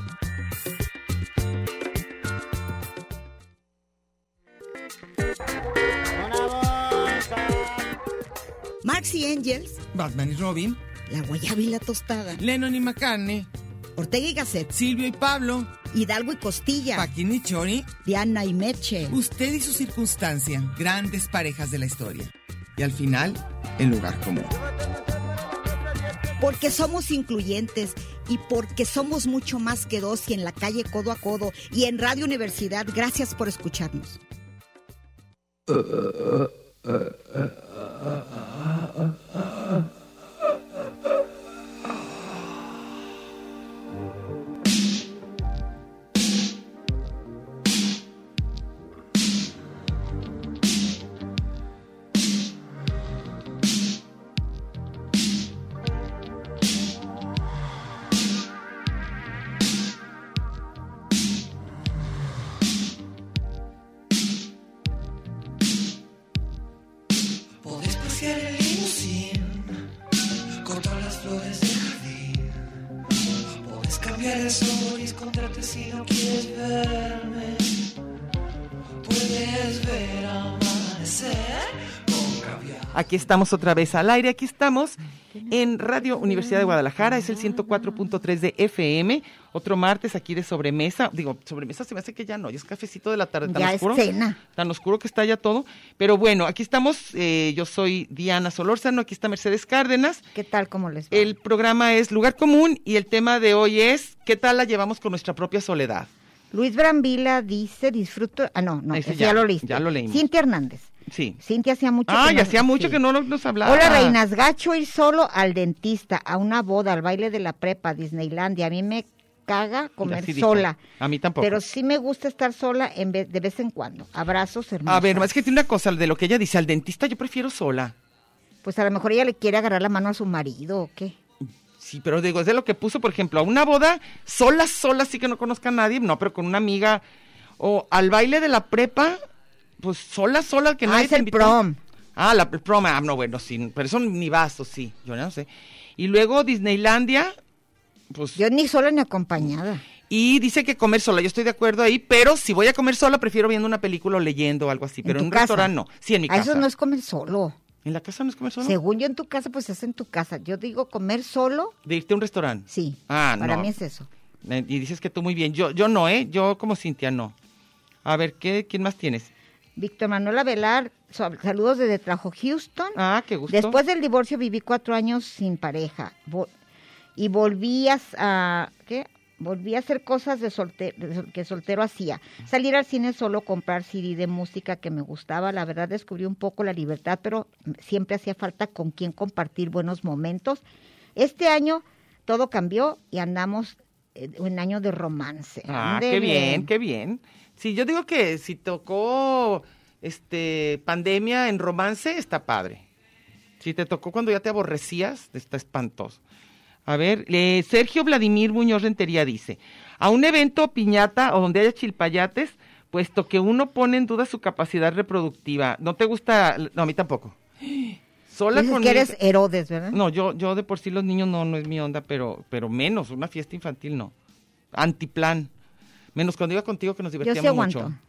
[SPEAKER 2] Marx y Angels,
[SPEAKER 7] Batman y Robin,
[SPEAKER 2] La Guayaba y la Tostada,
[SPEAKER 7] Lennon y McCartney,
[SPEAKER 2] Ortega y Gasset,
[SPEAKER 7] Silvio y Pablo,
[SPEAKER 2] Hidalgo y Costilla,
[SPEAKER 7] Paquín y Chori,
[SPEAKER 2] Diana y Meche.
[SPEAKER 7] usted y su circunstancia, grandes parejas de la historia. Y al final, el lugar común.
[SPEAKER 2] Porque somos incluyentes y porque somos mucho más que dos y en la calle codo a codo y en Radio Universidad. Gracias por escucharnos.
[SPEAKER 8] Podés pasear el limusín, cortar las flores del jardín. Podés cambiar el sol y esconderte si no quieres verme. Puedes ver amanecer con caviar.
[SPEAKER 4] Aquí estamos otra vez al aire, aquí estamos en Radio Universidad de Guadalajara, es el 104.3 de FM, otro martes aquí de sobremesa, digo, sobremesa se me hace que ya no, ya es cafecito de la tarde, tan
[SPEAKER 5] Ya es
[SPEAKER 4] oscuro,
[SPEAKER 5] cena.
[SPEAKER 4] tan oscuro que está ya todo, pero bueno, aquí estamos, eh, yo soy Diana Solórzano, aquí está Mercedes Cárdenas,
[SPEAKER 5] ¿Qué tal? ¿Cómo les va?
[SPEAKER 4] el programa es Lugar Común y el tema de hoy es ¿qué tal la llevamos con nuestra propia soledad?
[SPEAKER 5] Luis Brambila dice, disfruto... Ah, no, no,
[SPEAKER 4] Ese
[SPEAKER 5] ese
[SPEAKER 4] ya,
[SPEAKER 5] ya, lo leíste.
[SPEAKER 4] ya lo leímos.
[SPEAKER 5] Cintia Hernández.
[SPEAKER 4] Sí.
[SPEAKER 5] Cintia hacía mucho
[SPEAKER 4] Ay,
[SPEAKER 5] no-
[SPEAKER 4] hacía mucho
[SPEAKER 5] sí.
[SPEAKER 4] que no lo- nos hablaba.
[SPEAKER 5] Hola, reinas. Gacho ir solo al dentista, a una boda, al baile de la prepa, a Disneylandia. A mí me caga comer
[SPEAKER 4] Así dijo.
[SPEAKER 5] sola.
[SPEAKER 4] A mí tampoco.
[SPEAKER 5] Pero sí me gusta estar sola en vez, de vez en cuando. Abrazos, hermanos.
[SPEAKER 4] A ver, es que tiene una cosa de lo que ella dice, al dentista yo prefiero sola.
[SPEAKER 5] Pues a lo mejor ella le quiere agarrar la mano a su marido o qué.
[SPEAKER 4] Sí, pero digo, es de lo que puso, por ejemplo, a una boda sola, sola, sí que no conozca a nadie, no, pero con una amiga. O al baile de la prepa, pues sola, sola, que
[SPEAKER 5] Ah,
[SPEAKER 4] no
[SPEAKER 5] es el prom.
[SPEAKER 4] Ah, la, el prom, ah, no, bueno, sí, pero eso ni vaso, sí, yo no sé. Y luego Disneylandia, pues.
[SPEAKER 5] Yo ni sola ni acompañada.
[SPEAKER 4] Y dice que comer sola, yo estoy de acuerdo ahí, pero si voy a comer sola, prefiero viendo una película o leyendo o algo así, pero en,
[SPEAKER 5] tu
[SPEAKER 4] un
[SPEAKER 5] casa.
[SPEAKER 4] restaurante no. Sí, en mi
[SPEAKER 5] Ah,
[SPEAKER 4] casa.
[SPEAKER 5] Eso no es comer solo.
[SPEAKER 4] ¿En la casa no es comer sola?
[SPEAKER 5] Según yo en tu casa, pues es en tu casa. Yo digo comer solo,
[SPEAKER 4] ¿De irte a un restaurante?
[SPEAKER 5] sí.
[SPEAKER 4] Ah,
[SPEAKER 5] Para
[SPEAKER 4] no.
[SPEAKER 5] mí es eso.
[SPEAKER 4] Eh, Y dices que tú muy bien. Yo, yo no, ¿eh? Yo como Cintia no. A ver, ¿qué, ¿quién más tienes?
[SPEAKER 5] Víctor Manuel Avelar, so- saludos desde Trajo Houston.
[SPEAKER 4] Ah, qué gusto.
[SPEAKER 5] Después del divorcio viví cuatro años sin pareja Vo- y volví a, s- a- ¿qué? Volví a hacer cosas de solte- de sol- que soltero hacía. Salir al cine solo, comprar CD de música que me gustaba. La verdad descubrí un poco la libertad, pero siempre hacía falta con quien compartir buenos momentos. Este año todo cambió y andamos eh, un año de romance.
[SPEAKER 4] Ah,
[SPEAKER 5] Ándele.
[SPEAKER 4] qué bien, qué bien. Sí, yo digo que si tocó este pandemia en romance, está padre. Si te tocó cuando ya te aborrecías, está espantoso. A ver, eh, Sergio Vladimir Muñoz Rentería dice, a un evento piñata o donde haya chilpayates, puesto que uno pone en duda su capacidad reproductiva. ¿No te gusta? No, a mí tampoco. Sola
[SPEAKER 5] Dices
[SPEAKER 4] con
[SPEAKER 5] que
[SPEAKER 4] mi-
[SPEAKER 5] eres Herodes, ¿verdad?
[SPEAKER 4] no, yo, yo de por sí los niños no, no es mi onda, pero, pero menos, una fiesta infantil no. Antiplan. Menos cuando iba contigo que nos
[SPEAKER 5] sí
[SPEAKER 4] divertíamos mucho.
[SPEAKER 5] aguanto.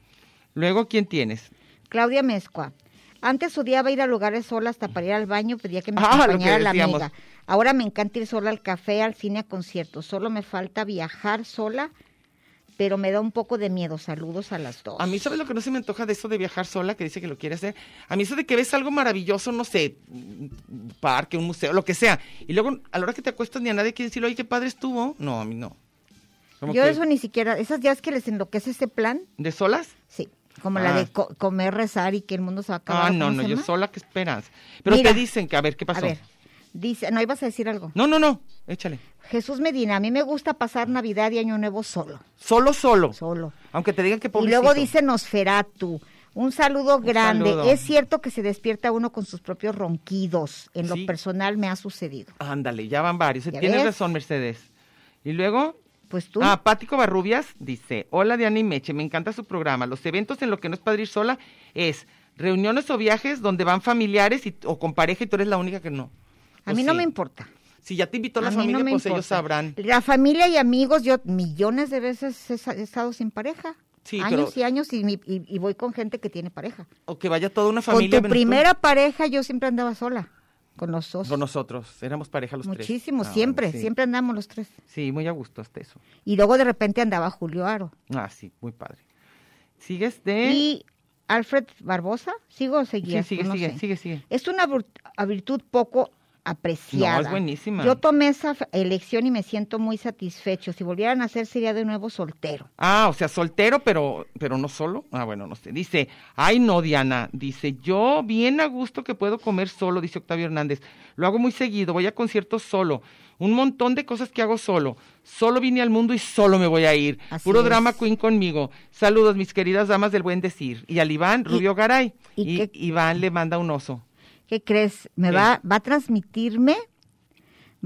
[SPEAKER 4] Luego, ¿quién tienes?
[SPEAKER 5] Claudia Mezcua. Antes odiaba ir a lugares sola hasta para ir al baño, pedía que me
[SPEAKER 4] Ah, lo
[SPEAKER 5] acompañara
[SPEAKER 4] que
[SPEAKER 5] la
[SPEAKER 4] decíamos.
[SPEAKER 5] amiga. Ahora me encanta ir sola al café, al cine, a conciertos. Solo me falta viajar sola, pero me da un poco de miedo. Saludos a las dos.
[SPEAKER 4] A mí, ¿sabes lo que no se me antoja de eso de viajar sola, que dice que lo quiere hacer? A mí eso de que ves algo maravilloso, no sé, un parque, un museo, lo que sea. Y luego, a la hora que te acuestas, ni a nadie quiere decirle, oye, qué padre estuvo. No, a mí no. Como
[SPEAKER 5] Yo
[SPEAKER 4] que-
[SPEAKER 5] eso ni siquiera, esas días que les enloquece ese plan,
[SPEAKER 4] ¿De solas?
[SPEAKER 5] sí, como
[SPEAKER 4] Ah.
[SPEAKER 5] la de co- comer, rezar y que el mundo se va a acabar.
[SPEAKER 4] Ah,
[SPEAKER 5] ¿cómo
[SPEAKER 4] no,
[SPEAKER 5] se
[SPEAKER 4] no, yo
[SPEAKER 5] llama?
[SPEAKER 4] sola, ¿qué esperas? Pero
[SPEAKER 5] Mira.
[SPEAKER 4] te dicen que, a ver, ¿qué
[SPEAKER 5] A
[SPEAKER 4] pasó?
[SPEAKER 5] ver, dice, no, ibas a decir algo.
[SPEAKER 4] No, no, no, échale.
[SPEAKER 5] Jesús Medina, a mí me gusta pasar Navidad y Año Nuevo solo,
[SPEAKER 4] Solo, solo.
[SPEAKER 5] solo.
[SPEAKER 4] Aunque te digan que
[SPEAKER 5] Y
[SPEAKER 4] pobrecito.
[SPEAKER 5] luego dice Nosferatu. Un saludo grande.
[SPEAKER 4] saludo.
[SPEAKER 5] Es cierto que se despierta uno con sus propios ronquidos. En
[SPEAKER 4] Sí.
[SPEAKER 5] lo personal me ha sucedido.
[SPEAKER 4] Ándale, ya van varios.
[SPEAKER 5] ¿Ya
[SPEAKER 4] Tienes
[SPEAKER 5] ves?
[SPEAKER 4] razón, Mercedes. Y luego.
[SPEAKER 5] Pues tú.
[SPEAKER 4] Ah, Pático Barrubias dice: Hola Diana y Meche, me encanta su programa. Los eventos en lo que no es padre ir sola es reuniones o viajes donde van familiares y- o con pareja y tú eres la única que no.
[SPEAKER 5] a
[SPEAKER 4] Pues
[SPEAKER 5] mí no
[SPEAKER 4] sí.
[SPEAKER 5] me importa.
[SPEAKER 4] Si ya te invitó la
[SPEAKER 5] A mí no
[SPEAKER 4] familia,
[SPEAKER 5] me
[SPEAKER 4] pues ellos
[SPEAKER 5] importa.
[SPEAKER 4] sabrán.
[SPEAKER 5] La familia y amigos, yo millones de veces he sa- he estado sin pareja.
[SPEAKER 4] Sí,
[SPEAKER 5] años
[SPEAKER 4] pero-
[SPEAKER 5] y años y, mi- y- y voy con gente que tiene pareja.
[SPEAKER 4] O que vaya toda una familia.
[SPEAKER 5] con tu
[SPEAKER 4] ven tú.
[SPEAKER 5] primera pareja yo siempre andaba sola, con los dos.
[SPEAKER 4] Con nosotros, éramos pareja los tres.
[SPEAKER 5] Muchísimo,
[SPEAKER 4] Ah,
[SPEAKER 5] siempre,
[SPEAKER 4] sí.
[SPEAKER 5] siempre andamos los tres.
[SPEAKER 4] Sí, muy a gusto hasta eso.
[SPEAKER 5] Y luego de repente andaba Julio Aro.
[SPEAKER 4] Ah, sí, muy padre. ¿Sigues de...?
[SPEAKER 5] Y Alfred Barbosa, sigo o
[SPEAKER 4] Sí,
[SPEAKER 5] seguía.
[SPEAKER 4] sigue,
[SPEAKER 5] pues No
[SPEAKER 4] sigue,
[SPEAKER 5] sé.
[SPEAKER 4] sigue, sigue.
[SPEAKER 5] Es una vir- a virtud poco apreciada.
[SPEAKER 4] No, es buenísima.
[SPEAKER 5] Yo tomé esa f- elección y me siento muy satisfecho. Si volvieran a hacer, sería de nuevo soltero.
[SPEAKER 4] Ah, o sea, soltero, pero, pero no solo. Ah, bueno, no sé. Dice, ay no, Diana. Dice, yo bien a gusto que puedo comer solo, dice Octavio Hernández. Lo hago muy seguido, voy a conciertos solo. Un montón de cosas que hago solo. Solo vine al mundo y solo me voy a ir.
[SPEAKER 5] Así
[SPEAKER 4] Puro
[SPEAKER 5] es.
[SPEAKER 4] drama queen conmigo. Saludos, mis queridas damas del buen decir. Y al Iván Rubio Garay.
[SPEAKER 5] y
[SPEAKER 4] Y,
[SPEAKER 5] qué-
[SPEAKER 4] Iván le manda un oso.
[SPEAKER 5] ¿Qué crees? Me
[SPEAKER 4] ¿Qué?
[SPEAKER 5] va, va a transmitirme,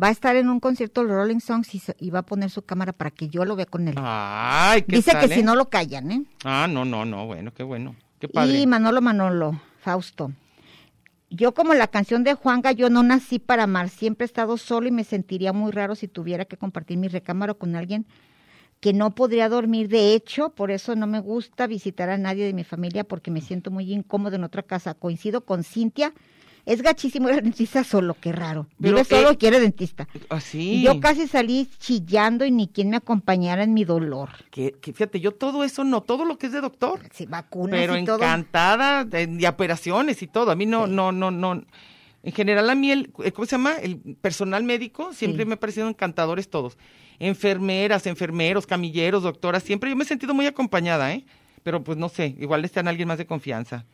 [SPEAKER 5] va a estar en un concierto de los Rolling Stones y, se- y va a poner su cámara para que yo lo vea con él.
[SPEAKER 4] Ay, Ah, qué
[SPEAKER 5] Dice
[SPEAKER 4] tal,
[SPEAKER 5] que
[SPEAKER 4] ¿eh?
[SPEAKER 5] si no lo callan, ¿eh?
[SPEAKER 4] Ah, no, no, no, bueno, qué bueno. Qué padre.
[SPEAKER 5] Y Manolo Manolo, Fausto. Yo como la canción de Juanga, yo no nací para amar, siempre he estado solo y me sentiría muy raro si tuviera que compartir mi recámara con alguien que no podría dormir. De hecho, por eso no me gusta visitar a nadie de mi familia porque me siento muy incómodo en otra casa. Coincido con Cintia, es gachísimo ir al dentista solo, qué raro.
[SPEAKER 4] Pero,
[SPEAKER 5] Vive solo
[SPEAKER 4] eh,
[SPEAKER 5] y quiere dentista.
[SPEAKER 4] Ah, sí.
[SPEAKER 5] Y yo casi salí chillando y ni quien me acompañara en mi dolor.
[SPEAKER 4] que, que fíjate, yo todo eso no, todo lo que es de doctor,
[SPEAKER 5] Sí, vacunas
[SPEAKER 4] pero
[SPEAKER 5] y todo.
[SPEAKER 4] encantada de, de operaciones y todo. A mí no, no, no, no. En general a mí el, eh, ¿cómo se llama? El personal médico siempre
[SPEAKER 5] Sí.
[SPEAKER 4] me ha parecido encantadores todos. Enfermeras, enfermeros, camilleros, doctoras, siempre yo me he sentido muy acompañada, ¿eh? Pero pues no sé, igual está en alguien más de confianza.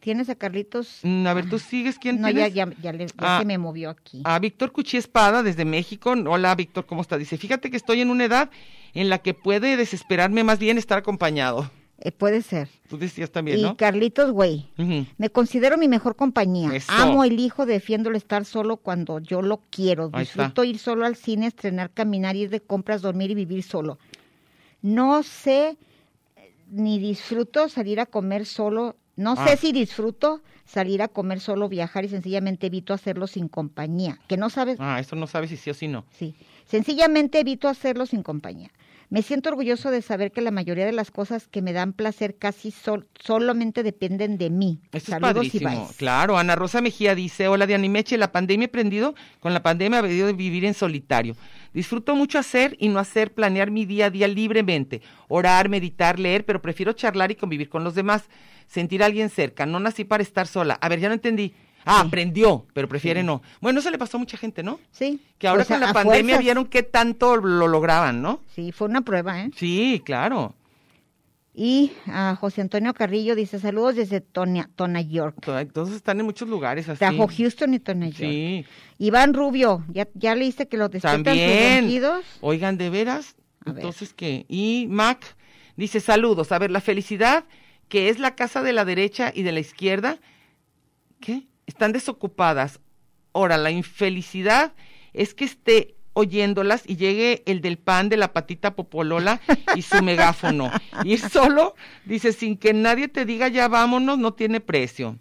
[SPEAKER 5] ¿Tienes a Carlitos?
[SPEAKER 4] Mm, a ver, ¿tú sigues quién
[SPEAKER 5] Ah, No, ya,
[SPEAKER 4] tienes?
[SPEAKER 5] ya, ya le- ya
[SPEAKER 4] Ah.
[SPEAKER 5] se me movió aquí.
[SPEAKER 4] A Víctor Cuchí Espada desde México. Hola Víctor, ¿cómo está? Dice, fíjate que estoy en una edad en la que puede desesperarme más bien estar acompañado.
[SPEAKER 5] Eh, puede ser.
[SPEAKER 4] Tú decías también,
[SPEAKER 5] y
[SPEAKER 4] ¿no?
[SPEAKER 5] Carlitos, güey.
[SPEAKER 4] Ujú.
[SPEAKER 5] Me considero mi mejor compañía.
[SPEAKER 4] Eso.
[SPEAKER 5] Amo, elijo, defiendo el estar solo cuando yo lo quiero.
[SPEAKER 4] Ahí está.
[SPEAKER 5] Disfruto ir solo al cine, estrenar, caminar, ir de compras, dormir y vivir solo. No sé eh, ni disfruto salir a comer solo. No
[SPEAKER 4] Ah.
[SPEAKER 5] sé si disfruto salir a comer solo, viajar y sencillamente evito hacerlo sin compañía. Que no sabes,
[SPEAKER 4] Ah, eso no sabes si sí o si no.
[SPEAKER 5] Sí. Sencillamente evito hacerlo sin compañía. Me siento orgulloso de saber que la mayoría de las cosas que me dan placer casi sol- solamente dependen de mí.
[SPEAKER 4] Esto es
[SPEAKER 5] Saludos,
[SPEAKER 4] padrísimo.
[SPEAKER 5] Ibáez.
[SPEAKER 4] Claro, Ana Rosa Mejía dice, hola Diana y Meche, la pandemia he aprendido, con la pandemia he aprendido de vivir en solitario. Disfruto mucho hacer y no hacer, planear mi día a día libremente, orar, meditar, leer, pero prefiero charlar y convivir con los demás, sentir a alguien cerca, no nací para estar sola. A ver, ya no entendí. Ah, aprendió, pero prefiere no. Bueno, eso le pasó a mucha gente, ¿no?
[SPEAKER 5] Sí.
[SPEAKER 4] Que ahora
[SPEAKER 5] O sea,
[SPEAKER 4] con la
[SPEAKER 5] a
[SPEAKER 4] pandemia
[SPEAKER 5] fuerzas.
[SPEAKER 4] vieron qué tanto lo lograban, ¿no?
[SPEAKER 5] Sí, fue una prueba, ¿eh?
[SPEAKER 4] Sí, claro.
[SPEAKER 5] Y a José Antonio Carrillo dice saludos desde Tona, Tona York.
[SPEAKER 4] Tod- Todos están en muchos lugares así.
[SPEAKER 5] Tajo Houston y Tona York.
[SPEAKER 4] Sí.
[SPEAKER 5] Iván Rubio, ya, ya leíste que los despiertan sus
[SPEAKER 4] También.
[SPEAKER 5] ronquidos?
[SPEAKER 4] Oigan, de veras.
[SPEAKER 5] A ver.
[SPEAKER 4] Entonces, ¿qué? Y Mac dice, saludos. A ver, la felicidad, que es la casa de la derecha y de la izquierda, ¿qué? Están desocupadas. Ahora, la infelicidad es que esté oyéndolas y llegue el del pan de la patita popolola y su megáfono. Ir solo, dice, sin que nadie te diga ya vámonos, no tiene precio.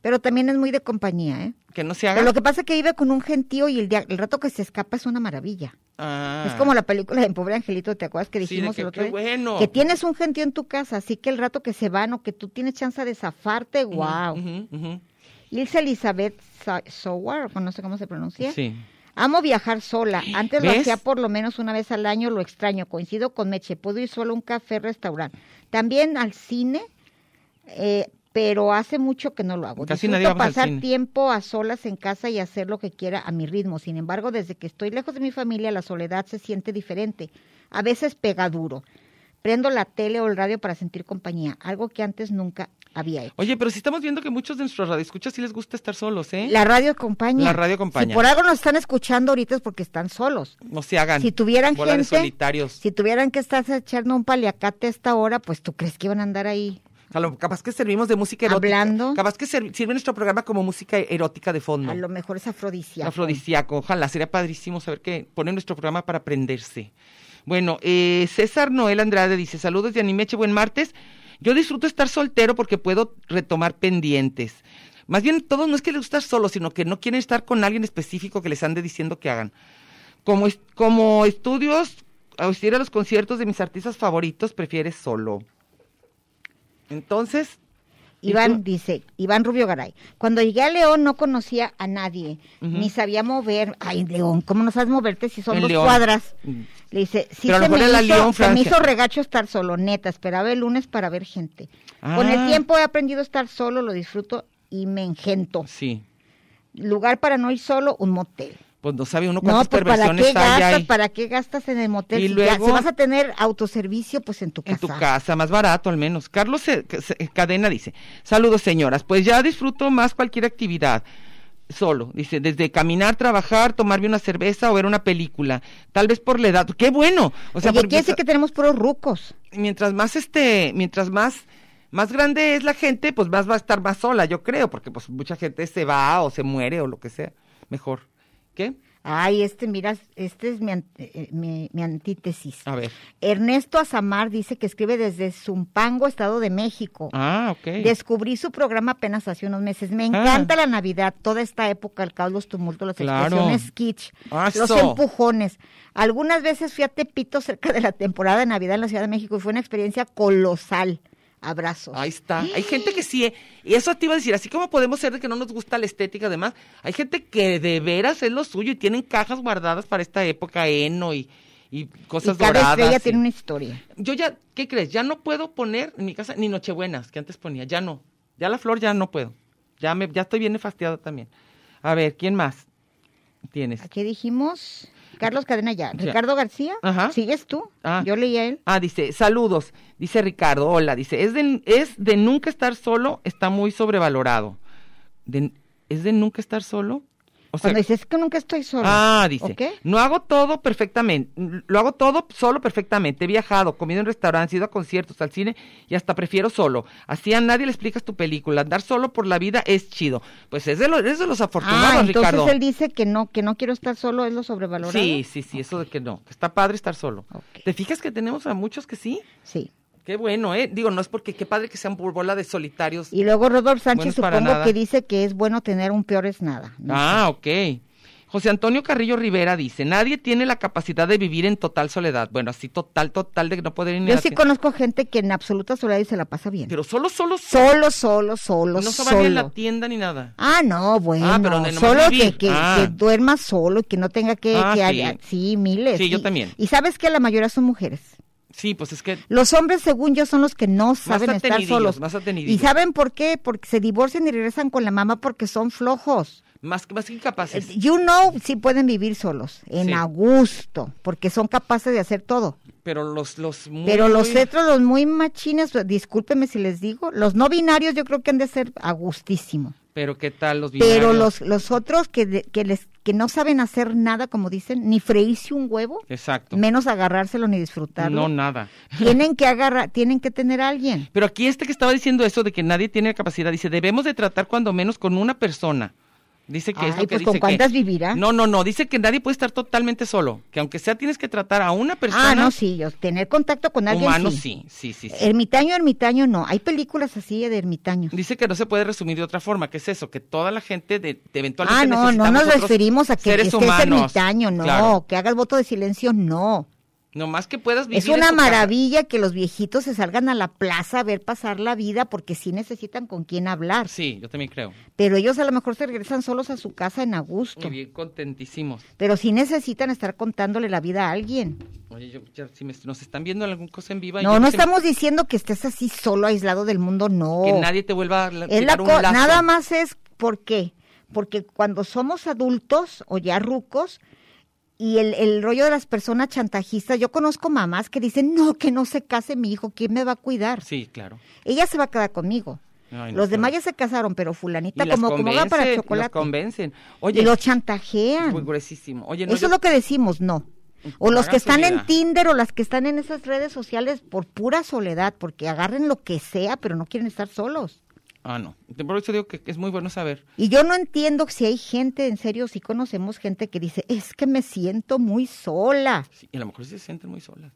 [SPEAKER 5] Pero también es muy de compañía, ¿eh?
[SPEAKER 4] Que no se haga.
[SPEAKER 5] Pero lo que pasa es que vive con un gentío y el, día- el rato que se escapa es una maravilla.
[SPEAKER 4] Ah,
[SPEAKER 5] Es como la película de Pobre Angelito, ¿te acuerdas que
[SPEAKER 4] Sí, de
[SPEAKER 5] dijimos
[SPEAKER 4] que
[SPEAKER 5] el otro
[SPEAKER 4] qué
[SPEAKER 5] día?
[SPEAKER 4] bueno.
[SPEAKER 5] Que tienes un gentío en tu casa, así que el rato que se van o que tú tienes chance de zafarte, wow.
[SPEAKER 4] Ujú, ujú.
[SPEAKER 5] Ilse Elizabeth Sa- Sauer, o no sé cómo se pronuncia.
[SPEAKER 4] Sí.
[SPEAKER 5] Amo viajar sola. Antes lo
[SPEAKER 4] ¿Ves?
[SPEAKER 5] hacía por lo menos una vez al año, lo extraño. Coincido con Meche, puedo ir solo a un café, restaurante. También al cine, eh, pero hace mucho que no lo hago.
[SPEAKER 4] Casi
[SPEAKER 5] Disfruto
[SPEAKER 4] nadie vamos al
[SPEAKER 5] pasar
[SPEAKER 4] cine.
[SPEAKER 5] tiempo a solas en casa y hacer lo que quiera a mi ritmo. Sin embargo, desde que estoy lejos de mi familia, la soledad se siente diferente. A veces pega duro. Prendo la tele o el radio para sentir compañía, algo que antes nunca había hecho.
[SPEAKER 4] Oye, pero si estamos viendo que muchos de nuestros radioescuchas sí les gusta estar solos, ¿eh?
[SPEAKER 5] La radio acompaña.
[SPEAKER 4] La radio acompaña.
[SPEAKER 5] Si por algo nos están escuchando ahorita es porque están solos.
[SPEAKER 4] No se hagan.
[SPEAKER 5] Si tuvieran
[SPEAKER 4] bola de
[SPEAKER 5] gente,
[SPEAKER 4] solitarios.
[SPEAKER 5] si tuvieran que estar echando un paliacate a esta hora, pues tú crees que iban a andar ahí.
[SPEAKER 4] A lo- capaz que servimos de música erótica.
[SPEAKER 5] Hablando.
[SPEAKER 4] Capaz que ser- sirve nuestro programa como música erótica de fondo.
[SPEAKER 5] A lo mejor es afrodisíaco.
[SPEAKER 4] Afrodisíaco. Ojalá, sería padrísimo saber que ponen nuestro programa para aprenderse. Bueno, eh, César Noel Andrade dice, saludos de Animeche, buen martes. Yo disfruto estar soltero porque puedo retomar pendientes. Más bien, todos no es que les gusta solo, sino que no quieren estar con alguien específico que les ande diciendo que hagan. Como, es- como estudios, asistir a los conciertos de mis artistas favoritos, prefieres solo. Entonces, ¿Y
[SPEAKER 5] Iván
[SPEAKER 4] tú?
[SPEAKER 5] dice, Iván Rubio Garay, cuando llegué a León no conocía a nadie, ni sabía mover. Ay, León, ¿cómo no sabes moverte si son
[SPEAKER 4] En
[SPEAKER 5] dos
[SPEAKER 4] León.
[SPEAKER 5] cuadras?
[SPEAKER 4] Mm.
[SPEAKER 5] Le dice, sí
[SPEAKER 4] Pero a lo
[SPEAKER 5] se, me
[SPEAKER 4] mejor era
[SPEAKER 5] hizo,
[SPEAKER 4] León,
[SPEAKER 5] se me
[SPEAKER 4] Francia.
[SPEAKER 5] hizo regacho estar solo, neta, esperaba el lunes para ver gente. Con
[SPEAKER 4] Ah.
[SPEAKER 5] el tiempo he aprendido a estar solo, lo disfruto y me engento.
[SPEAKER 4] sí,
[SPEAKER 5] Lugar para no ir solo, un motel.
[SPEAKER 4] pues no sabe uno
[SPEAKER 5] No,
[SPEAKER 4] cuántas
[SPEAKER 5] pues para
[SPEAKER 4] perversiones
[SPEAKER 5] qué
[SPEAKER 4] hay
[SPEAKER 5] gastas,
[SPEAKER 4] ahí
[SPEAKER 5] para qué gastas en el motel. Si
[SPEAKER 4] Y
[SPEAKER 5] ya-
[SPEAKER 4] luego-
[SPEAKER 5] si vas a tener autoservicio, pues en tu casa.
[SPEAKER 4] en tu casa, más barato al menos. Carlos eh, C- C- Cadena dice, saludos señoras, pues ya disfruto más cualquier actividad. Solo, dice, desde caminar, trabajar, tomarme una cerveza o ver una película, tal vez por la edad. ¡Qué bueno! O sea,
[SPEAKER 5] Oye,
[SPEAKER 4] porque
[SPEAKER 5] quiere decir que tenemos puros rucos.
[SPEAKER 4] mientras más este, mientras más más grande es la gente, pues más va a estar más sola, yo creo, porque pues mucha gente se va o se muere o lo que sea. Mejor. ¿Qué?
[SPEAKER 5] Ay, este, mira, este es mi, ant- eh, mi- mi antítesis.
[SPEAKER 4] A ver.
[SPEAKER 5] Ernesto Azamar dice que escribe desde Zumpango, Estado de México.
[SPEAKER 4] Ah, ok.
[SPEAKER 5] Descubrí su programa apenas hace unos meses. Me
[SPEAKER 4] Ah.
[SPEAKER 5] encanta la Navidad, toda esta época, el caos, los tumultos, las
[SPEAKER 4] Claro.
[SPEAKER 5] expresiones kitsch, los
[SPEAKER 4] Eso.
[SPEAKER 5] empujones. Algunas veces fui a Tepito cerca de la temporada de Navidad en la Ciudad de México y fue una experiencia colosal. Abrazos.
[SPEAKER 4] Ahí está. Hay gente que sí, eh, y eso te iba a decir, así como podemos ser de que no nos gusta la estética, además, hay gente que de veras es lo suyo y tienen cajas guardadas para esta época, heno y, y
[SPEAKER 5] y
[SPEAKER 4] cosas
[SPEAKER 5] cada
[SPEAKER 4] doradas.
[SPEAKER 5] estrella
[SPEAKER 4] y-
[SPEAKER 5] tiene una historia.
[SPEAKER 4] Yo ya, ¿qué crees? Ya no puedo poner en mi casa ni Nochebuenas, que antes ponía, ya no. Ya la flor ya no puedo. Ya me, ya estoy bien nefastiada también. A ver, ¿quién más tienes?
[SPEAKER 5] ¿A qué dijimos? Carlos Cadena ya.
[SPEAKER 4] Ya.
[SPEAKER 5] Ricardo García,
[SPEAKER 4] Ajá.
[SPEAKER 5] ¿sigues tú?
[SPEAKER 4] Ah.
[SPEAKER 5] Yo leí a él.
[SPEAKER 4] Ah, dice, saludos. Dice Ricardo, hola. Dice, es de, es de nunca estar solo, está muy sobrevalorado. De- ¿Es de nunca estar solo? O sea,
[SPEAKER 5] Cuando dices que nunca estoy solo.
[SPEAKER 4] ah, dice,
[SPEAKER 5] ¿Ok?
[SPEAKER 4] no hago todo perfectamente, lo hago todo solo perfectamente. He viajado, comido en restaurantes, ido a conciertos, al cine y hasta prefiero solo. Así a nadie le explicas tu película. Andar solo por la vida es chido. Pues es de, los- es de los afortunados,
[SPEAKER 5] ah, entonces
[SPEAKER 4] Ricardo.
[SPEAKER 5] él dice que no, que no quiero estar solo, es lo sobrevalorado.
[SPEAKER 4] Sí, sí, sí, eso de que no, que está padre estar solo.
[SPEAKER 5] Ok.
[SPEAKER 4] ¿Te fijas que tenemos a muchos que sí?
[SPEAKER 5] Sí.
[SPEAKER 4] Qué bueno, ¿eh? Digo, no es porque qué padre que sean por bola de solitarios.
[SPEAKER 5] Y luego Rodolfo Sánchez
[SPEAKER 4] Buenos para
[SPEAKER 5] supongo
[SPEAKER 4] nada.
[SPEAKER 5] que dice que es bueno tener un peor es nada. ¿no?
[SPEAKER 4] Ah, ok. José Antonio Carrillo Rivera dice, nadie tiene la capacidad de vivir en total soledad. Bueno, así total, total, de que no poder ir ni a
[SPEAKER 5] Yo
[SPEAKER 4] la
[SPEAKER 5] sí
[SPEAKER 4] tienda.
[SPEAKER 5] conozco gente que en absoluta soledad y se la pasa bien.
[SPEAKER 4] Pero solo, solo, solo.
[SPEAKER 5] solo, solo, solo,
[SPEAKER 4] No se va ni a la
[SPEAKER 5] solo.
[SPEAKER 4] tienda ni nada.
[SPEAKER 5] Ah, no, bueno,
[SPEAKER 4] pero donde nomás
[SPEAKER 5] solo que,
[SPEAKER 4] vivir.
[SPEAKER 5] que,
[SPEAKER 4] Ah.
[SPEAKER 5] que duerma solo y que no tenga que...
[SPEAKER 4] Ah,
[SPEAKER 5] que
[SPEAKER 4] sí.
[SPEAKER 5] haya- sí, miles.
[SPEAKER 4] Sí, yo
[SPEAKER 5] Y-
[SPEAKER 4] también.
[SPEAKER 5] Y sabes que la mayoría son mujeres.
[SPEAKER 4] Sí, pues es que...
[SPEAKER 5] Los hombres, según yo, son los que no saben estar
[SPEAKER 4] atenidillos,
[SPEAKER 5] solos.
[SPEAKER 4] más atenidillos.
[SPEAKER 5] ¿Y saben por qué? Porque se divorcian y regresan con la mamá porque son flojos.
[SPEAKER 4] Más, que- más que incapaces.
[SPEAKER 5] Eh, You know, sí pueden vivir solos, en
[SPEAKER 4] Sí.
[SPEAKER 5] a gusto, porque son capaces de hacer todo.
[SPEAKER 4] Pero los... los muy-
[SPEAKER 5] Pero los otros, los muy machines, pues, discúlpeme si les digo, los no binarios yo creo que han de ser a gustísimo.
[SPEAKER 4] Pero qué tal los
[SPEAKER 5] Pero
[SPEAKER 4] binarios?
[SPEAKER 5] los, los otros que, de- que, les, que no saben hacer nada, como dicen, ni freírse un huevo,
[SPEAKER 4] Exacto.
[SPEAKER 5] menos agarrárselo ni disfrutarlo.
[SPEAKER 4] No, nada.
[SPEAKER 5] Tienen que agarrar, tienen que tener a alguien. Ah,
[SPEAKER 4] Pero aquí este que estaba diciendo eso de que nadie tiene capacidad, dice, debemos de tratar cuando menos con una persona. Dice que es
[SPEAKER 5] Ay,
[SPEAKER 4] lo que
[SPEAKER 5] pues,
[SPEAKER 4] dice
[SPEAKER 5] ¿con
[SPEAKER 4] que-
[SPEAKER 5] cuántas vivirá?
[SPEAKER 4] No, no, no, dice que nadie puede estar totalmente solo, que aunque sea tienes que tratar a una persona
[SPEAKER 5] Ah, no, sí, yo tener contacto con alguien
[SPEAKER 4] humano,
[SPEAKER 5] sí. Eh,
[SPEAKER 4] sí, sí, sí. sí.
[SPEAKER 5] Ermitaño, ermitaño no. Hay películas así de ermitaños.
[SPEAKER 4] Dice que no se puede resumir de otra forma, que es eso, que toda la gente de, de eventualmente
[SPEAKER 5] Ah, no, no
[SPEAKER 4] necesitamos
[SPEAKER 5] nos
[SPEAKER 4] otros
[SPEAKER 5] referimos a que,
[SPEAKER 4] seres
[SPEAKER 5] es, que es
[SPEAKER 4] humanos.
[SPEAKER 5] ermitaño, no,
[SPEAKER 4] Claro.
[SPEAKER 5] que hagas voto de silencio, no.
[SPEAKER 4] Nomás que puedas vivir
[SPEAKER 5] Es
[SPEAKER 4] en
[SPEAKER 5] una
[SPEAKER 4] tu casa.
[SPEAKER 5] maravilla que los viejitos se salgan a la plaza a ver pasar la vida porque sí necesitan con quién hablar.
[SPEAKER 4] Sí, yo también creo.
[SPEAKER 5] Pero ellos a lo mejor se regresan solos a su casa en a
[SPEAKER 4] Muy
[SPEAKER 5] gusto.
[SPEAKER 4] bien, contentísimos.
[SPEAKER 5] Pero sí necesitan estar contándole la vida a alguien.
[SPEAKER 4] Oye, yo, ya, si me- nos están viendo alguna cosa en viva.
[SPEAKER 5] No,
[SPEAKER 4] yo
[SPEAKER 5] no
[SPEAKER 4] sé-
[SPEAKER 5] estamos diciendo que estés así solo, aislado del mundo, no.
[SPEAKER 4] Que nadie te vuelva a la-
[SPEAKER 5] Oh. Es la
[SPEAKER 4] tirar un
[SPEAKER 5] co-
[SPEAKER 4] lazo.
[SPEAKER 5] nada más es por qué. Porque cuando somos adultos o ya rucos y el, el rollo de las personas chantajistas, yo conozco mamás que dicen, no, que no se case mi hijo, ¿quién me va a cuidar?
[SPEAKER 4] Sí, claro.
[SPEAKER 5] Ella se va a quedar conmigo.
[SPEAKER 4] Ay, no,
[SPEAKER 5] Los demás
[SPEAKER 4] claro.
[SPEAKER 5] ya se casaron, pero fulanita
[SPEAKER 4] Y las
[SPEAKER 5] como, como va para
[SPEAKER 4] convencen,
[SPEAKER 5] el
[SPEAKER 4] las
[SPEAKER 5] chocolate.
[SPEAKER 4] convencen. Oye,
[SPEAKER 5] y lo chantajean.
[SPEAKER 4] muy gruesísimo. Oye, no,
[SPEAKER 5] Eso es
[SPEAKER 4] yo-
[SPEAKER 5] lo que decimos, no. O
[SPEAKER 4] Que
[SPEAKER 5] los que
[SPEAKER 4] hagan su
[SPEAKER 5] están en
[SPEAKER 4] vida.
[SPEAKER 5] Tinder o las que están en esas redes sociales por pura soledad, porque agarren lo que sea, pero no quieren estar solos.
[SPEAKER 4] Ah, no. Te- Por eso digo que es muy bueno saber.
[SPEAKER 5] Y yo no entiendo si hay gente, en serio, si conocemos gente que dice, es que me siento muy sola.
[SPEAKER 4] Sí, y a lo mejor sí se sienten muy solas.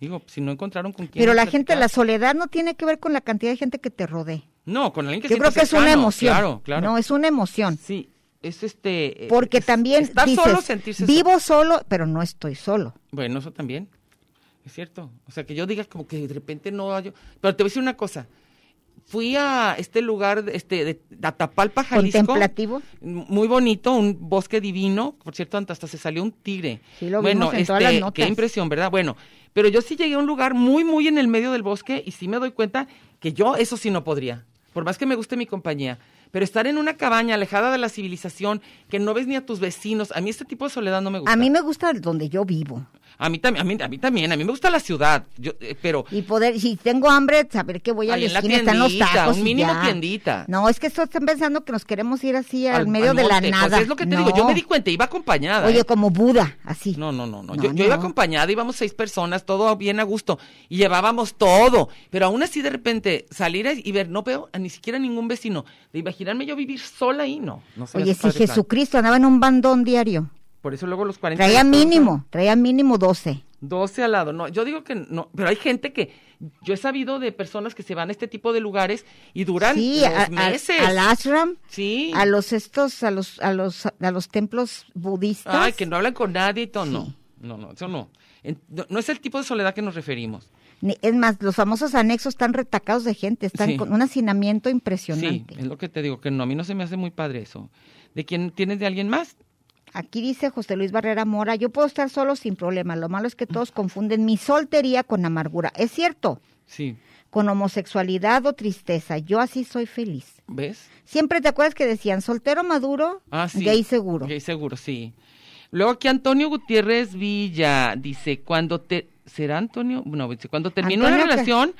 [SPEAKER 4] Digo, si no encontraron con quién.
[SPEAKER 5] Pero la
[SPEAKER 4] platicar.
[SPEAKER 5] gente, la soledad no tiene que ver con la cantidad de gente que te rodee.
[SPEAKER 4] No, con alguien que
[SPEAKER 5] Yo creo
[SPEAKER 4] sientas
[SPEAKER 5] que es una
[SPEAKER 4] cercano,
[SPEAKER 5] emoción.
[SPEAKER 4] Claro, claro.
[SPEAKER 5] No, es una emoción.
[SPEAKER 4] Sí, es este... eh,
[SPEAKER 5] Porque
[SPEAKER 4] es-
[SPEAKER 5] también
[SPEAKER 4] estar
[SPEAKER 5] dices,
[SPEAKER 4] solo, sentirse
[SPEAKER 5] vivo solo, pero no estoy solo.
[SPEAKER 4] Bueno, eso también. Es cierto. O sea, que yo diga como que de repente no hay... Pero te voy a decir una cosa. Fui a este lugar, de- este, de Atapalpa, Jalisco.
[SPEAKER 5] Contemplativo.
[SPEAKER 4] M- Muy bonito, un bosque divino. Por cierto, hasta hasta se salió un tigre.
[SPEAKER 5] Sí, lo
[SPEAKER 4] bueno,
[SPEAKER 5] vimos en
[SPEAKER 4] este,
[SPEAKER 5] todas las notas.
[SPEAKER 4] qué impresión, ¿verdad? Bueno, pero yo sí llegué a un lugar muy, muy en el medio del bosque y sí me doy cuenta que yo eso sí no podría. Por más que me guste mi compañía. Pero estar en una cabaña alejada de la civilización, que no ves ni a tus vecinos, a mí este tipo de soledad no me gusta.
[SPEAKER 5] A mí me gusta donde yo vivo.
[SPEAKER 4] A mí también, a mí, a mí también, a mí me gusta la ciudad, yo, eh, pero
[SPEAKER 5] Y poder, si tengo hambre, saber que voy a
[SPEAKER 4] Ahí
[SPEAKER 5] la
[SPEAKER 4] en la
[SPEAKER 5] esquina, están los
[SPEAKER 4] tiendita,
[SPEAKER 5] tacos.
[SPEAKER 4] un
[SPEAKER 5] y
[SPEAKER 4] mínimo
[SPEAKER 5] ya.
[SPEAKER 4] tiendita.
[SPEAKER 5] No, es que esto están pensando que nos queremos ir así al, medio
[SPEAKER 4] al
[SPEAKER 5] de la
[SPEAKER 4] monte, pues,
[SPEAKER 5] nada.
[SPEAKER 4] es lo que te
[SPEAKER 5] No.
[SPEAKER 4] digo, yo me di cuenta, iba acompañada.
[SPEAKER 5] Oye,
[SPEAKER 4] ¿eh?
[SPEAKER 5] como Buda, así.
[SPEAKER 4] No, no, no, no.
[SPEAKER 5] No,
[SPEAKER 4] yo, yo iba
[SPEAKER 5] no.
[SPEAKER 4] acompañada, íbamos seis personas, todo bien a gusto, y llevábamos todo. Pero aún así, de repente, salir a- y ver, no veo a ni siquiera ningún vecino. De imaginarme yo vivir sola ahí, no. no se me
[SPEAKER 5] Oye,
[SPEAKER 4] hace
[SPEAKER 5] si
[SPEAKER 4] padre plan.
[SPEAKER 5] Jesucristo andaba en un bandón diario,
[SPEAKER 4] Por eso luego los 40.
[SPEAKER 5] traía
[SPEAKER 4] minutos,
[SPEAKER 5] mínimo, traía mínimo 12.
[SPEAKER 4] 12 al lado. No, yo digo que no, pero hay gente que yo he sabido de personas que se van a este tipo de lugares y duran
[SPEAKER 5] sí,
[SPEAKER 4] los
[SPEAKER 5] a- a-
[SPEAKER 4] meses.
[SPEAKER 5] al ashram,
[SPEAKER 4] Sí.
[SPEAKER 5] a los estos, a los, a los, a los templos budistas.
[SPEAKER 4] Ay, que no hablan con nadie y todo.
[SPEAKER 5] Sí.
[SPEAKER 4] No, no, no, eso no. En- no. no es el tipo de soledad que nos referimos.
[SPEAKER 5] Ni- Es más, los famosos anexos están retacados de gente, están
[SPEAKER 4] Sí.
[SPEAKER 5] con un hacinamiento
[SPEAKER 4] Sí,
[SPEAKER 5] impresionante.
[SPEAKER 4] es lo que te digo, que no, a mí no se me hace muy padre eso. ¿De quién tienes de alguien más?
[SPEAKER 5] Aquí dice José Luis Barrera Mora, yo puedo estar solo sin problema, lo malo es que todos confunden mi soltería con amargura. Es cierto,
[SPEAKER 4] Sí,
[SPEAKER 5] con homosexualidad o tristeza, yo así soy feliz.
[SPEAKER 4] ¿ves?
[SPEAKER 5] Siempre te acuerdas que decían soltero maduro,
[SPEAKER 4] Ah, sí.
[SPEAKER 5] gay seguro.
[SPEAKER 4] Gay seguro, sí. Luego aquí Antonio Gutiérrez Villa dice, cuando te... ¿Será Antonio? No, dice, cuando terminó la
[SPEAKER 5] Antonio, ¿qué?
[SPEAKER 4] relación,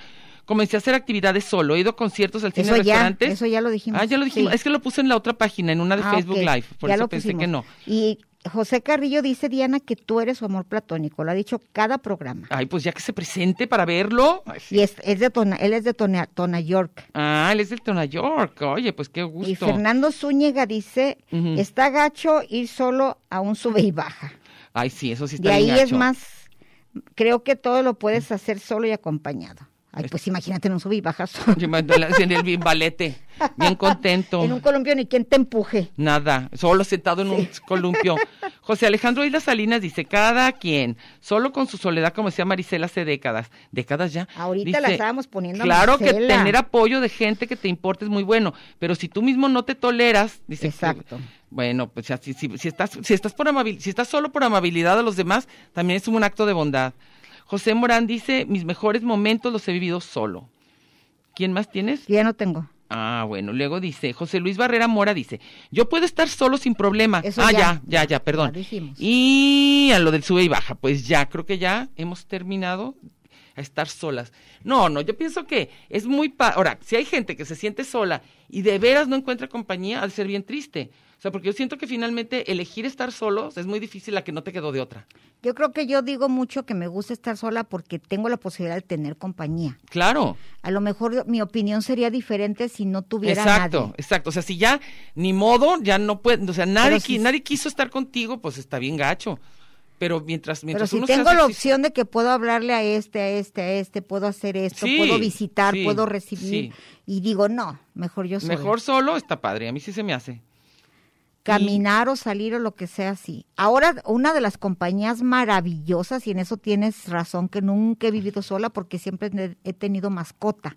[SPEAKER 4] comencé a hacer actividades solo. He ido a conciertos, al cine,
[SPEAKER 5] Eso ya,
[SPEAKER 4] restaurantes.
[SPEAKER 5] eso ya lo dijimos.
[SPEAKER 4] Ah, ya lo dijimos.
[SPEAKER 5] Sí.
[SPEAKER 4] Es que lo puse en la otra página, en una de
[SPEAKER 5] Ah,
[SPEAKER 4] Facebook
[SPEAKER 5] ok,
[SPEAKER 4] Live. Por
[SPEAKER 5] ya
[SPEAKER 4] eso
[SPEAKER 5] lo
[SPEAKER 4] pensé
[SPEAKER 5] pusimos.
[SPEAKER 4] que no.
[SPEAKER 5] Y José Carrillo dice, Diana, que tú eres su amor platónico, lo ha dicho cada programa.
[SPEAKER 4] Ay, pues ya que se presente para verlo. Ay, sí.
[SPEAKER 5] Y es, es de Tona- él es de Tona, Tona York.
[SPEAKER 4] Ah, él es del Tona York. Oye, pues qué gusto.
[SPEAKER 5] Y Fernando Zúñiga dice,
[SPEAKER 4] Ujú.
[SPEAKER 5] está gacho ir solo a un sube y baja.
[SPEAKER 4] Ay, sí, eso sí está
[SPEAKER 5] de ahí
[SPEAKER 4] bien
[SPEAKER 5] es
[SPEAKER 4] gacho.
[SPEAKER 5] más, creo que todo lo puedes hacer solo y acompañado. Ay, pues imagínate en un sube y baja solo.
[SPEAKER 4] Yo me ando en la- en el bimbalete, bien contento.
[SPEAKER 5] En un columpio ni quien te empuje.
[SPEAKER 4] Nada, solo sentado en un columpio. José Alejandro Islas Salinas dice, cada quien, solo con su soledad, como decía Marisela hace décadas, décadas ya.
[SPEAKER 5] Ahorita
[SPEAKER 4] dice,
[SPEAKER 5] la estábamos poniendo a
[SPEAKER 4] Claro que
[SPEAKER 5] Marisela".
[SPEAKER 4] tener apoyo de gente que te importa es muy bueno, pero si tú mismo no te toleras, dice.
[SPEAKER 5] Exacto.
[SPEAKER 4] Bueno, pues ya, si, si- si estás, si estás por amabil- si estás solo por amabilidad a los demás, también es un acto de bondad. José Morán dice, mis mejores momentos los he vivido solo. ¿Quién más tienes?
[SPEAKER 5] Ya no tengo.
[SPEAKER 4] Ah, bueno, luego dice, José Luis Barrera Mora dice, yo puedo estar solo sin problema.
[SPEAKER 5] Eso
[SPEAKER 4] ah,
[SPEAKER 5] ya,
[SPEAKER 4] ya, ya,
[SPEAKER 5] ya,
[SPEAKER 4] ya,
[SPEAKER 5] ya
[SPEAKER 4] perdón.
[SPEAKER 5] dijimos.
[SPEAKER 4] Y a lo del sube y baja, pues ya, creo que ya hemos terminado a estar solas. No, no, yo pienso que es muy... pa- Ahora, si hay gente que se siente sola y de veras no encuentra compañía, ha de ser bien triste. O sea, porque yo siento que finalmente elegir estar solos es muy difícil la que no te quedó de otra.
[SPEAKER 5] Yo creo que yo digo mucho que me gusta estar sola porque tengo la posibilidad de tener compañía.
[SPEAKER 4] Claro.
[SPEAKER 5] A lo mejor mi opinión sería diferente si no tuviera
[SPEAKER 4] Exacto,
[SPEAKER 5] nadie.
[SPEAKER 4] exacto. O sea, si ya ni modo, ya no puede, o sea, nadie,
[SPEAKER 5] Pero si-
[SPEAKER 4] qui- nadie quiso estar contigo, pues está bien gacho. Pero mientras,
[SPEAKER 5] Pero
[SPEAKER 4] mientras
[SPEAKER 5] si
[SPEAKER 4] uno se
[SPEAKER 5] tengo
[SPEAKER 4] hace
[SPEAKER 5] la
[SPEAKER 4] exis-
[SPEAKER 5] opción de que puedo hablarle a este, a este, a este, puedo hacer esto,
[SPEAKER 4] Sí,
[SPEAKER 5] puedo visitar,
[SPEAKER 4] sí,
[SPEAKER 5] puedo recibir,
[SPEAKER 4] sí.
[SPEAKER 5] y digo, no, mejor yo sola.
[SPEAKER 4] mejor solo, está padre. A mí sí se me hace.
[SPEAKER 5] Caminar o salir o lo que sea así. Ahora, una de las compañías maravillosas, y en eso tienes razón, que nunca he vivido sola porque siempre ne- he tenido mascota.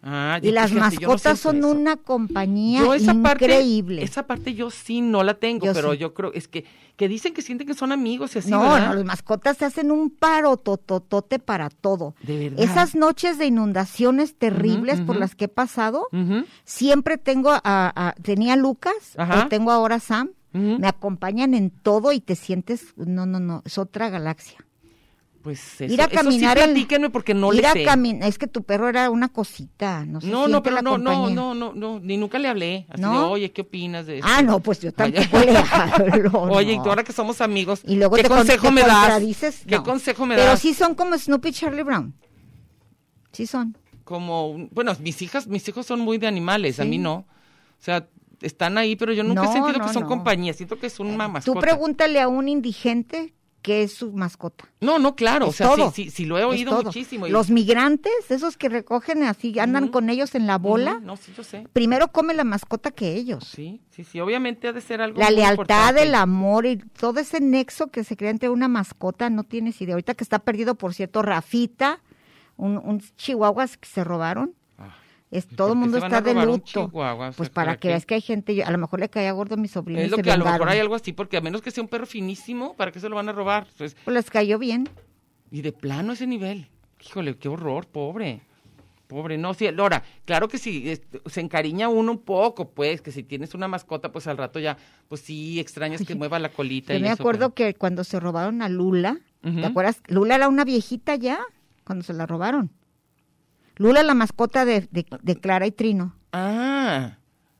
[SPEAKER 4] Ah, yo-
[SPEAKER 5] Y las
[SPEAKER 4] fíjate, yo no
[SPEAKER 5] mascotas son
[SPEAKER 4] siento eso.
[SPEAKER 5] una compañía
[SPEAKER 4] Yo esa
[SPEAKER 5] increíble.
[SPEAKER 4] Parte, esa parte yo sí no la tengo,
[SPEAKER 5] Yo
[SPEAKER 4] pero
[SPEAKER 5] sí.
[SPEAKER 4] yo creo, es que, que dicen que sienten que son amigos y así,
[SPEAKER 5] no,
[SPEAKER 4] ¿verdad?
[SPEAKER 5] no, las mascotas te hacen un paro tototote para todo.
[SPEAKER 4] De verdad.
[SPEAKER 5] Esas noches de inundaciones terribles por
[SPEAKER 4] ujú. Mm.
[SPEAKER 5] las que he pasado,
[SPEAKER 4] Ujú.
[SPEAKER 5] siempre tengo a, a- tenía a Lucas,
[SPEAKER 4] Ajá.
[SPEAKER 5] o tengo ahora a Sam,
[SPEAKER 4] Ujú.
[SPEAKER 5] me acompañan en todo y te sientes, no, no, no, es otra galaxia.
[SPEAKER 4] Pues eso,
[SPEAKER 5] ir a
[SPEAKER 4] eso sí
[SPEAKER 5] caminar, en-
[SPEAKER 4] platíquenme porque no
[SPEAKER 5] ir
[SPEAKER 4] le
[SPEAKER 5] a
[SPEAKER 4] sé.
[SPEAKER 5] caminar, es que tu perro era una cosita, no sé,
[SPEAKER 4] No, no,
[SPEAKER 5] siempre
[SPEAKER 4] pero
[SPEAKER 5] la
[SPEAKER 4] no, no,
[SPEAKER 5] acompañé.
[SPEAKER 4] no, no, no, ni nunca le hablé. Así
[SPEAKER 5] ¿No?
[SPEAKER 4] de, oye, ¿qué opinas de esto?
[SPEAKER 5] Ah, no, pues yo
[SPEAKER 4] Ay,
[SPEAKER 5] tampoco le hablo.
[SPEAKER 4] Oye,
[SPEAKER 5] no.
[SPEAKER 4] y tú ahora que somos amigos,
[SPEAKER 5] Y luego
[SPEAKER 4] ¿qué
[SPEAKER 5] te con-
[SPEAKER 4] consejo
[SPEAKER 5] te
[SPEAKER 4] me das?
[SPEAKER 5] contradices,
[SPEAKER 4] ¿Qué
[SPEAKER 5] no.
[SPEAKER 4] consejo me
[SPEAKER 5] Pero
[SPEAKER 4] das?
[SPEAKER 5] sí son como Snoopy y Charlie Brown. Sí son.
[SPEAKER 4] Como, un- bueno, mis hijas, mis hijos son muy de animales, a
[SPEAKER 5] Sí.
[SPEAKER 4] mí no. O sea, están ahí, pero yo nunca
[SPEAKER 5] No,
[SPEAKER 4] he sentido
[SPEAKER 5] no,
[SPEAKER 4] que son
[SPEAKER 5] no.
[SPEAKER 4] compañía, siento que es un
[SPEAKER 5] Tú
[SPEAKER 4] mascota.
[SPEAKER 5] pregúntale a un indigente que es su mascota.
[SPEAKER 4] No, no, claro,
[SPEAKER 5] Es
[SPEAKER 4] o sea, sí,
[SPEAKER 5] todo.
[SPEAKER 4] sí, sí, lo he
[SPEAKER 5] Es
[SPEAKER 4] oído
[SPEAKER 5] todo.
[SPEAKER 4] muchísimo. y-
[SPEAKER 5] Los migrantes, esos que recogen así, andan
[SPEAKER 4] Ujú.
[SPEAKER 5] con ellos en la bola,
[SPEAKER 4] Ujú, No, sí, yo sé.
[SPEAKER 5] primero come la mascota que ellos.
[SPEAKER 4] Sí, sí, sí, obviamente ha de ser algo
[SPEAKER 5] La
[SPEAKER 4] muy
[SPEAKER 5] lealtad,
[SPEAKER 4] importante.
[SPEAKER 5] el amor y todo ese nexo que se crea entre una mascota, no tienes idea. Ahorita que está perdido, por cierto, Rafita, un, un chihuahua que se robaron.
[SPEAKER 4] Ah,
[SPEAKER 5] Es,
[SPEAKER 4] ¿y
[SPEAKER 5] todo
[SPEAKER 4] por
[SPEAKER 5] el
[SPEAKER 4] qué
[SPEAKER 5] mundo
[SPEAKER 4] se van a
[SPEAKER 5] está de
[SPEAKER 4] robar un
[SPEAKER 5] luto.
[SPEAKER 4] chihuahua? O
[SPEAKER 5] pues
[SPEAKER 4] sea,
[SPEAKER 5] para,
[SPEAKER 4] ¿para
[SPEAKER 5] que
[SPEAKER 4] qué?
[SPEAKER 5] veas que hay gente, yo- a lo mejor le caía gordo a mi sobrino y
[SPEAKER 4] Es lo
[SPEAKER 5] se
[SPEAKER 4] que a lo mejor
[SPEAKER 5] vengaron.
[SPEAKER 4] hay algo así, porque a menos que sea un perro finísimo, ¿para qué se lo van a robar? Entonces,
[SPEAKER 5] Pues les cayó bien.
[SPEAKER 4] y de plano ese nivel. Híjole, qué horror, pobre. Pobre, no, sí, Lora, claro que sí, este, se encariña uno un poco, pues, que si tienes una mascota, pues al rato ya, pues sí, extrañas que mueva la colita.
[SPEAKER 5] Yo
[SPEAKER 4] y
[SPEAKER 5] me
[SPEAKER 4] eso,
[SPEAKER 5] acuerdo
[SPEAKER 4] pero-
[SPEAKER 5] que cuando se robaron a Lula,
[SPEAKER 4] Ujú.
[SPEAKER 5] ¿te acuerdas? Lula era una viejita ya cuando se la robaron. Lula, la mascota de, de- de Clara y Trino.
[SPEAKER 4] Ah,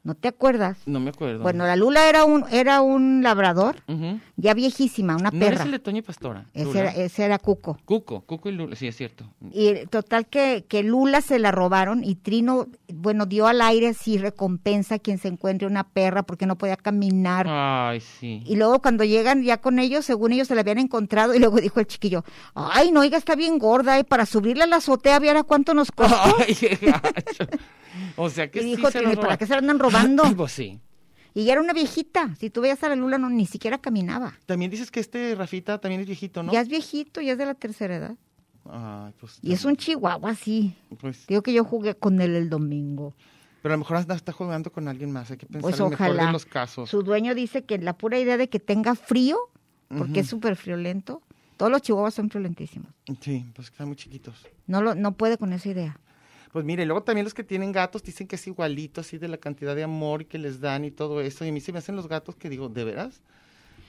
[SPEAKER 5] ¿No te acuerdas?
[SPEAKER 4] no me acuerdo.
[SPEAKER 5] Bueno, la Lula era un, era un labrador,
[SPEAKER 4] Ujú.
[SPEAKER 5] ya viejísima, una
[SPEAKER 4] No eres
[SPEAKER 5] perra.
[SPEAKER 4] el de Toño y Pastora.
[SPEAKER 5] ese,
[SPEAKER 4] Lula.
[SPEAKER 5] era, ese era Cuco.
[SPEAKER 4] Cuco, Cuco y Lula, sí, es cierto.
[SPEAKER 5] Y total que, que Lula se la robaron y Trino, bueno, dio al aire si recompensa a quien se encuentre una perra porque no podía caminar.
[SPEAKER 4] Ay, sí.
[SPEAKER 5] Y luego cuando llegan ya con ellos, según ellos se la habían encontrado, y luego dijo el chiquillo, ay, no, oiga, está bien gorda, ¿eh? para subirla a la azotea, viera cuánto nos costó.
[SPEAKER 4] Ay, qué gacho. O sea
[SPEAKER 5] y
[SPEAKER 4] que Ah, sí
[SPEAKER 5] dijo,
[SPEAKER 4] se
[SPEAKER 5] "Trini,
[SPEAKER 4] lo
[SPEAKER 5] ¿para
[SPEAKER 4] roba.
[SPEAKER 5] qué se la andan robando?
[SPEAKER 4] Ay, pues sí.
[SPEAKER 5] y ya era una viejita, si tú veías a la Lula, no, ni siquiera caminaba.
[SPEAKER 4] También dices que este Rafita también es viejito, ¿no?
[SPEAKER 5] Ya es viejito, ya es de la tercera edad.
[SPEAKER 4] Ay, pues,
[SPEAKER 5] Y es un chihuahua, sí.
[SPEAKER 4] pues,
[SPEAKER 5] Digo que yo jugué con él el domingo.
[SPEAKER 4] pero a lo mejor hasta está jugando con alguien más. Hay que pensar
[SPEAKER 5] Pues
[SPEAKER 4] en el mejor
[SPEAKER 5] ojalá.
[SPEAKER 4] de los casos.
[SPEAKER 5] Su dueño dice que la pura idea de que tenga frío, porque es súper friolento, todos los chihuahuas son friolentísimos.
[SPEAKER 4] Sí, pues que están muy chiquitos.
[SPEAKER 5] No, lo, no puede con esa idea.
[SPEAKER 4] Pues mire, luego también los que tienen gatos dicen que es igualito, así de la cantidad de amor que les dan y todo eso. Y a mí se me hacen los gatos que digo, ¿de veras?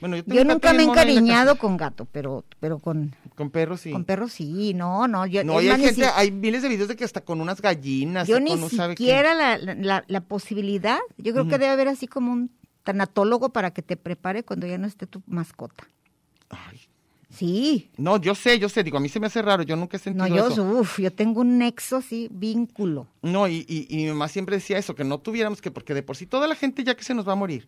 [SPEAKER 4] Bueno, yo, tengo
[SPEAKER 5] Yo
[SPEAKER 4] un gato
[SPEAKER 5] nunca me he
[SPEAKER 4] bien mono ahí en la
[SPEAKER 5] encariñado con gato, pero, pero con,
[SPEAKER 4] casa. Con perros sí.
[SPEAKER 5] con perros sí, no, no. Yo,
[SPEAKER 4] No,
[SPEAKER 5] es
[SPEAKER 4] y hay
[SPEAKER 5] más, ni
[SPEAKER 4] gente,
[SPEAKER 5] si-
[SPEAKER 4] hay miles de videos de que hasta con unas gallinas.
[SPEAKER 5] yo
[SPEAKER 4] y
[SPEAKER 5] ni
[SPEAKER 4] con no sabe qué.
[SPEAKER 5] siquiera la, la- la posibilidad, yo creo que debe haber así como un tanatólogo para que te prepare cuando ya no esté tu mascota. Sí,
[SPEAKER 4] No, yo sé, yo sé. Digo, a mí se me hace raro. Yo nunca he sentido
[SPEAKER 5] no, yo,
[SPEAKER 4] eso.
[SPEAKER 5] uf, yo tengo un nexo así, vínculo.
[SPEAKER 4] No, y, y- y mi mamá siempre decía eso, que no tuviéramos que, porque de por sí toda la gente ya que se nos va a morir.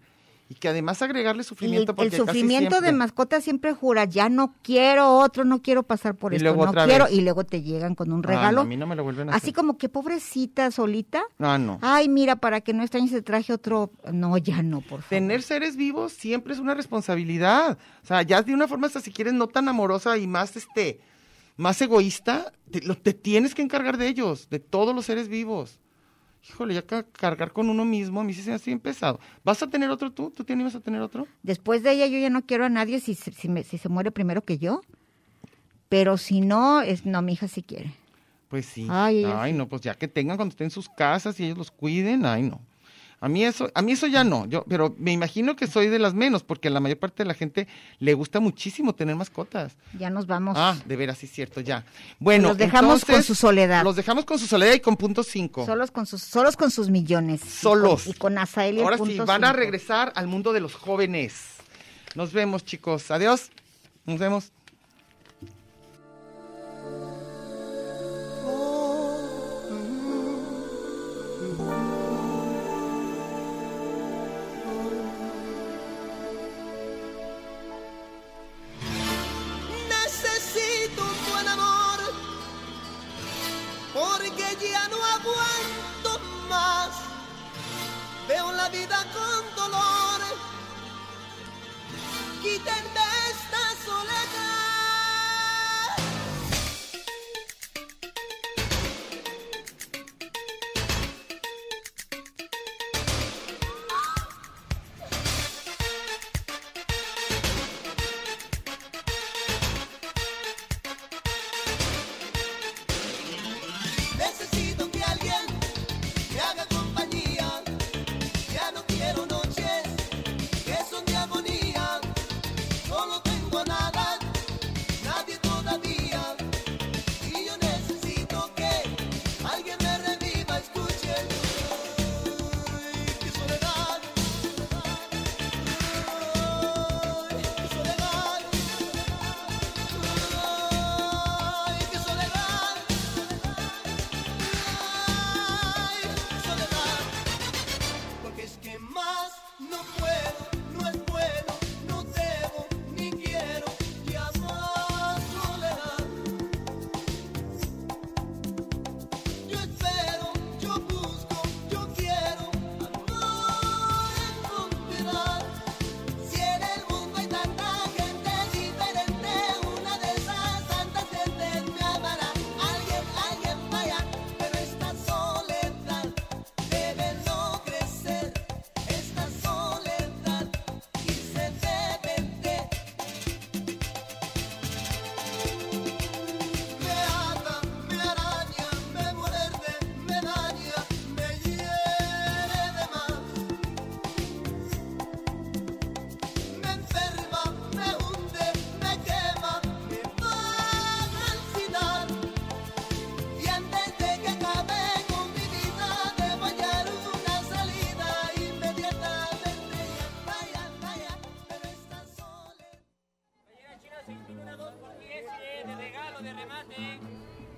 [SPEAKER 4] Y que además agregarle
[SPEAKER 5] Y el-
[SPEAKER 4] sufrimiento
[SPEAKER 5] el,
[SPEAKER 4] porque casi
[SPEAKER 5] sufrimiento de
[SPEAKER 4] siempre-
[SPEAKER 5] mascota siempre jura, ya no quiero otro, no quiero pasar por
[SPEAKER 4] Y
[SPEAKER 5] esto,
[SPEAKER 4] luego
[SPEAKER 5] no
[SPEAKER 4] otra
[SPEAKER 5] quiero,
[SPEAKER 4] vez.
[SPEAKER 5] y luego te llegan con un
[SPEAKER 4] Ah,
[SPEAKER 5] regalo.
[SPEAKER 4] no, a mí no me lo vuelven a
[SPEAKER 5] así
[SPEAKER 4] hacer.
[SPEAKER 5] como que pobrecita solita.
[SPEAKER 4] Ah, no.
[SPEAKER 5] Ay, mira, para que no extrañes se traje otro. No, ya no, por favor.
[SPEAKER 4] Tener seres vivos siempre es una responsabilidad. O sea, ya de una forma hasta si quieres no tan amorosa y más este más egoísta, te, lo- te tienes que encargar de ellos, de todos los seres vivos. Híjole, ya ca- cargar con uno mismo, a mí sí se me hace bien pesado. ¿Vas a tener otro tú? ¿Tú te animas a tener otro?
[SPEAKER 5] Después de ella yo ya no quiero a nadie si, se- si, me- si se muere primero que yo. Pero si no, es no, mi hija sí quiere.
[SPEAKER 4] Pues sí.
[SPEAKER 5] Ay,
[SPEAKER 4] Ay,
[SPEAKER 5] ellos sí.
[SPEAKER 4] no, pues ya que tengan cuando estén en sus casas y ellos los cuiden, ay, no. A mí eso, a mí eso ya no, yo, pero me imagino que soy de las menos, porque a la mayor parte de la gente le gusta muchísimo tener mascotas.
[SPEAKER 5] Ya nos vamos.
[SPEAKER 4] Ah, de veras, sí es cierto, ya. Bueno,
[SPEAKER 5] Los dejamos con
[SPEAKER 4] entonces,
[SPEAKER 5] su soledad.
[SPEAKER 4] Los dejamos con su soledad y con punto 5.
[SPEAKER 5] Solos con sus, solos con sus millones.
[SPEAKER 4] Solos.
[SPEAKER 5] Y con, y con Azael y el
[SPEAKER 4] Ahora sí,
[SPEAKER 5] punto
[SPEAKER 4] van a
[SPEAKER 5] cinco.
[SPEAKER 4] regresar al mundo de los jóvenes. Nos vemos, chicos. Adiós. Nos vemos.
[SPEAKER 9] Necesito un buen amor, porque ya no aguanto más. Veo la vida con dolor. Quítenme esta soledad. Necesito que alguien me haga compañía. Ya no quiero noches que son de agonía. Solo tengo nada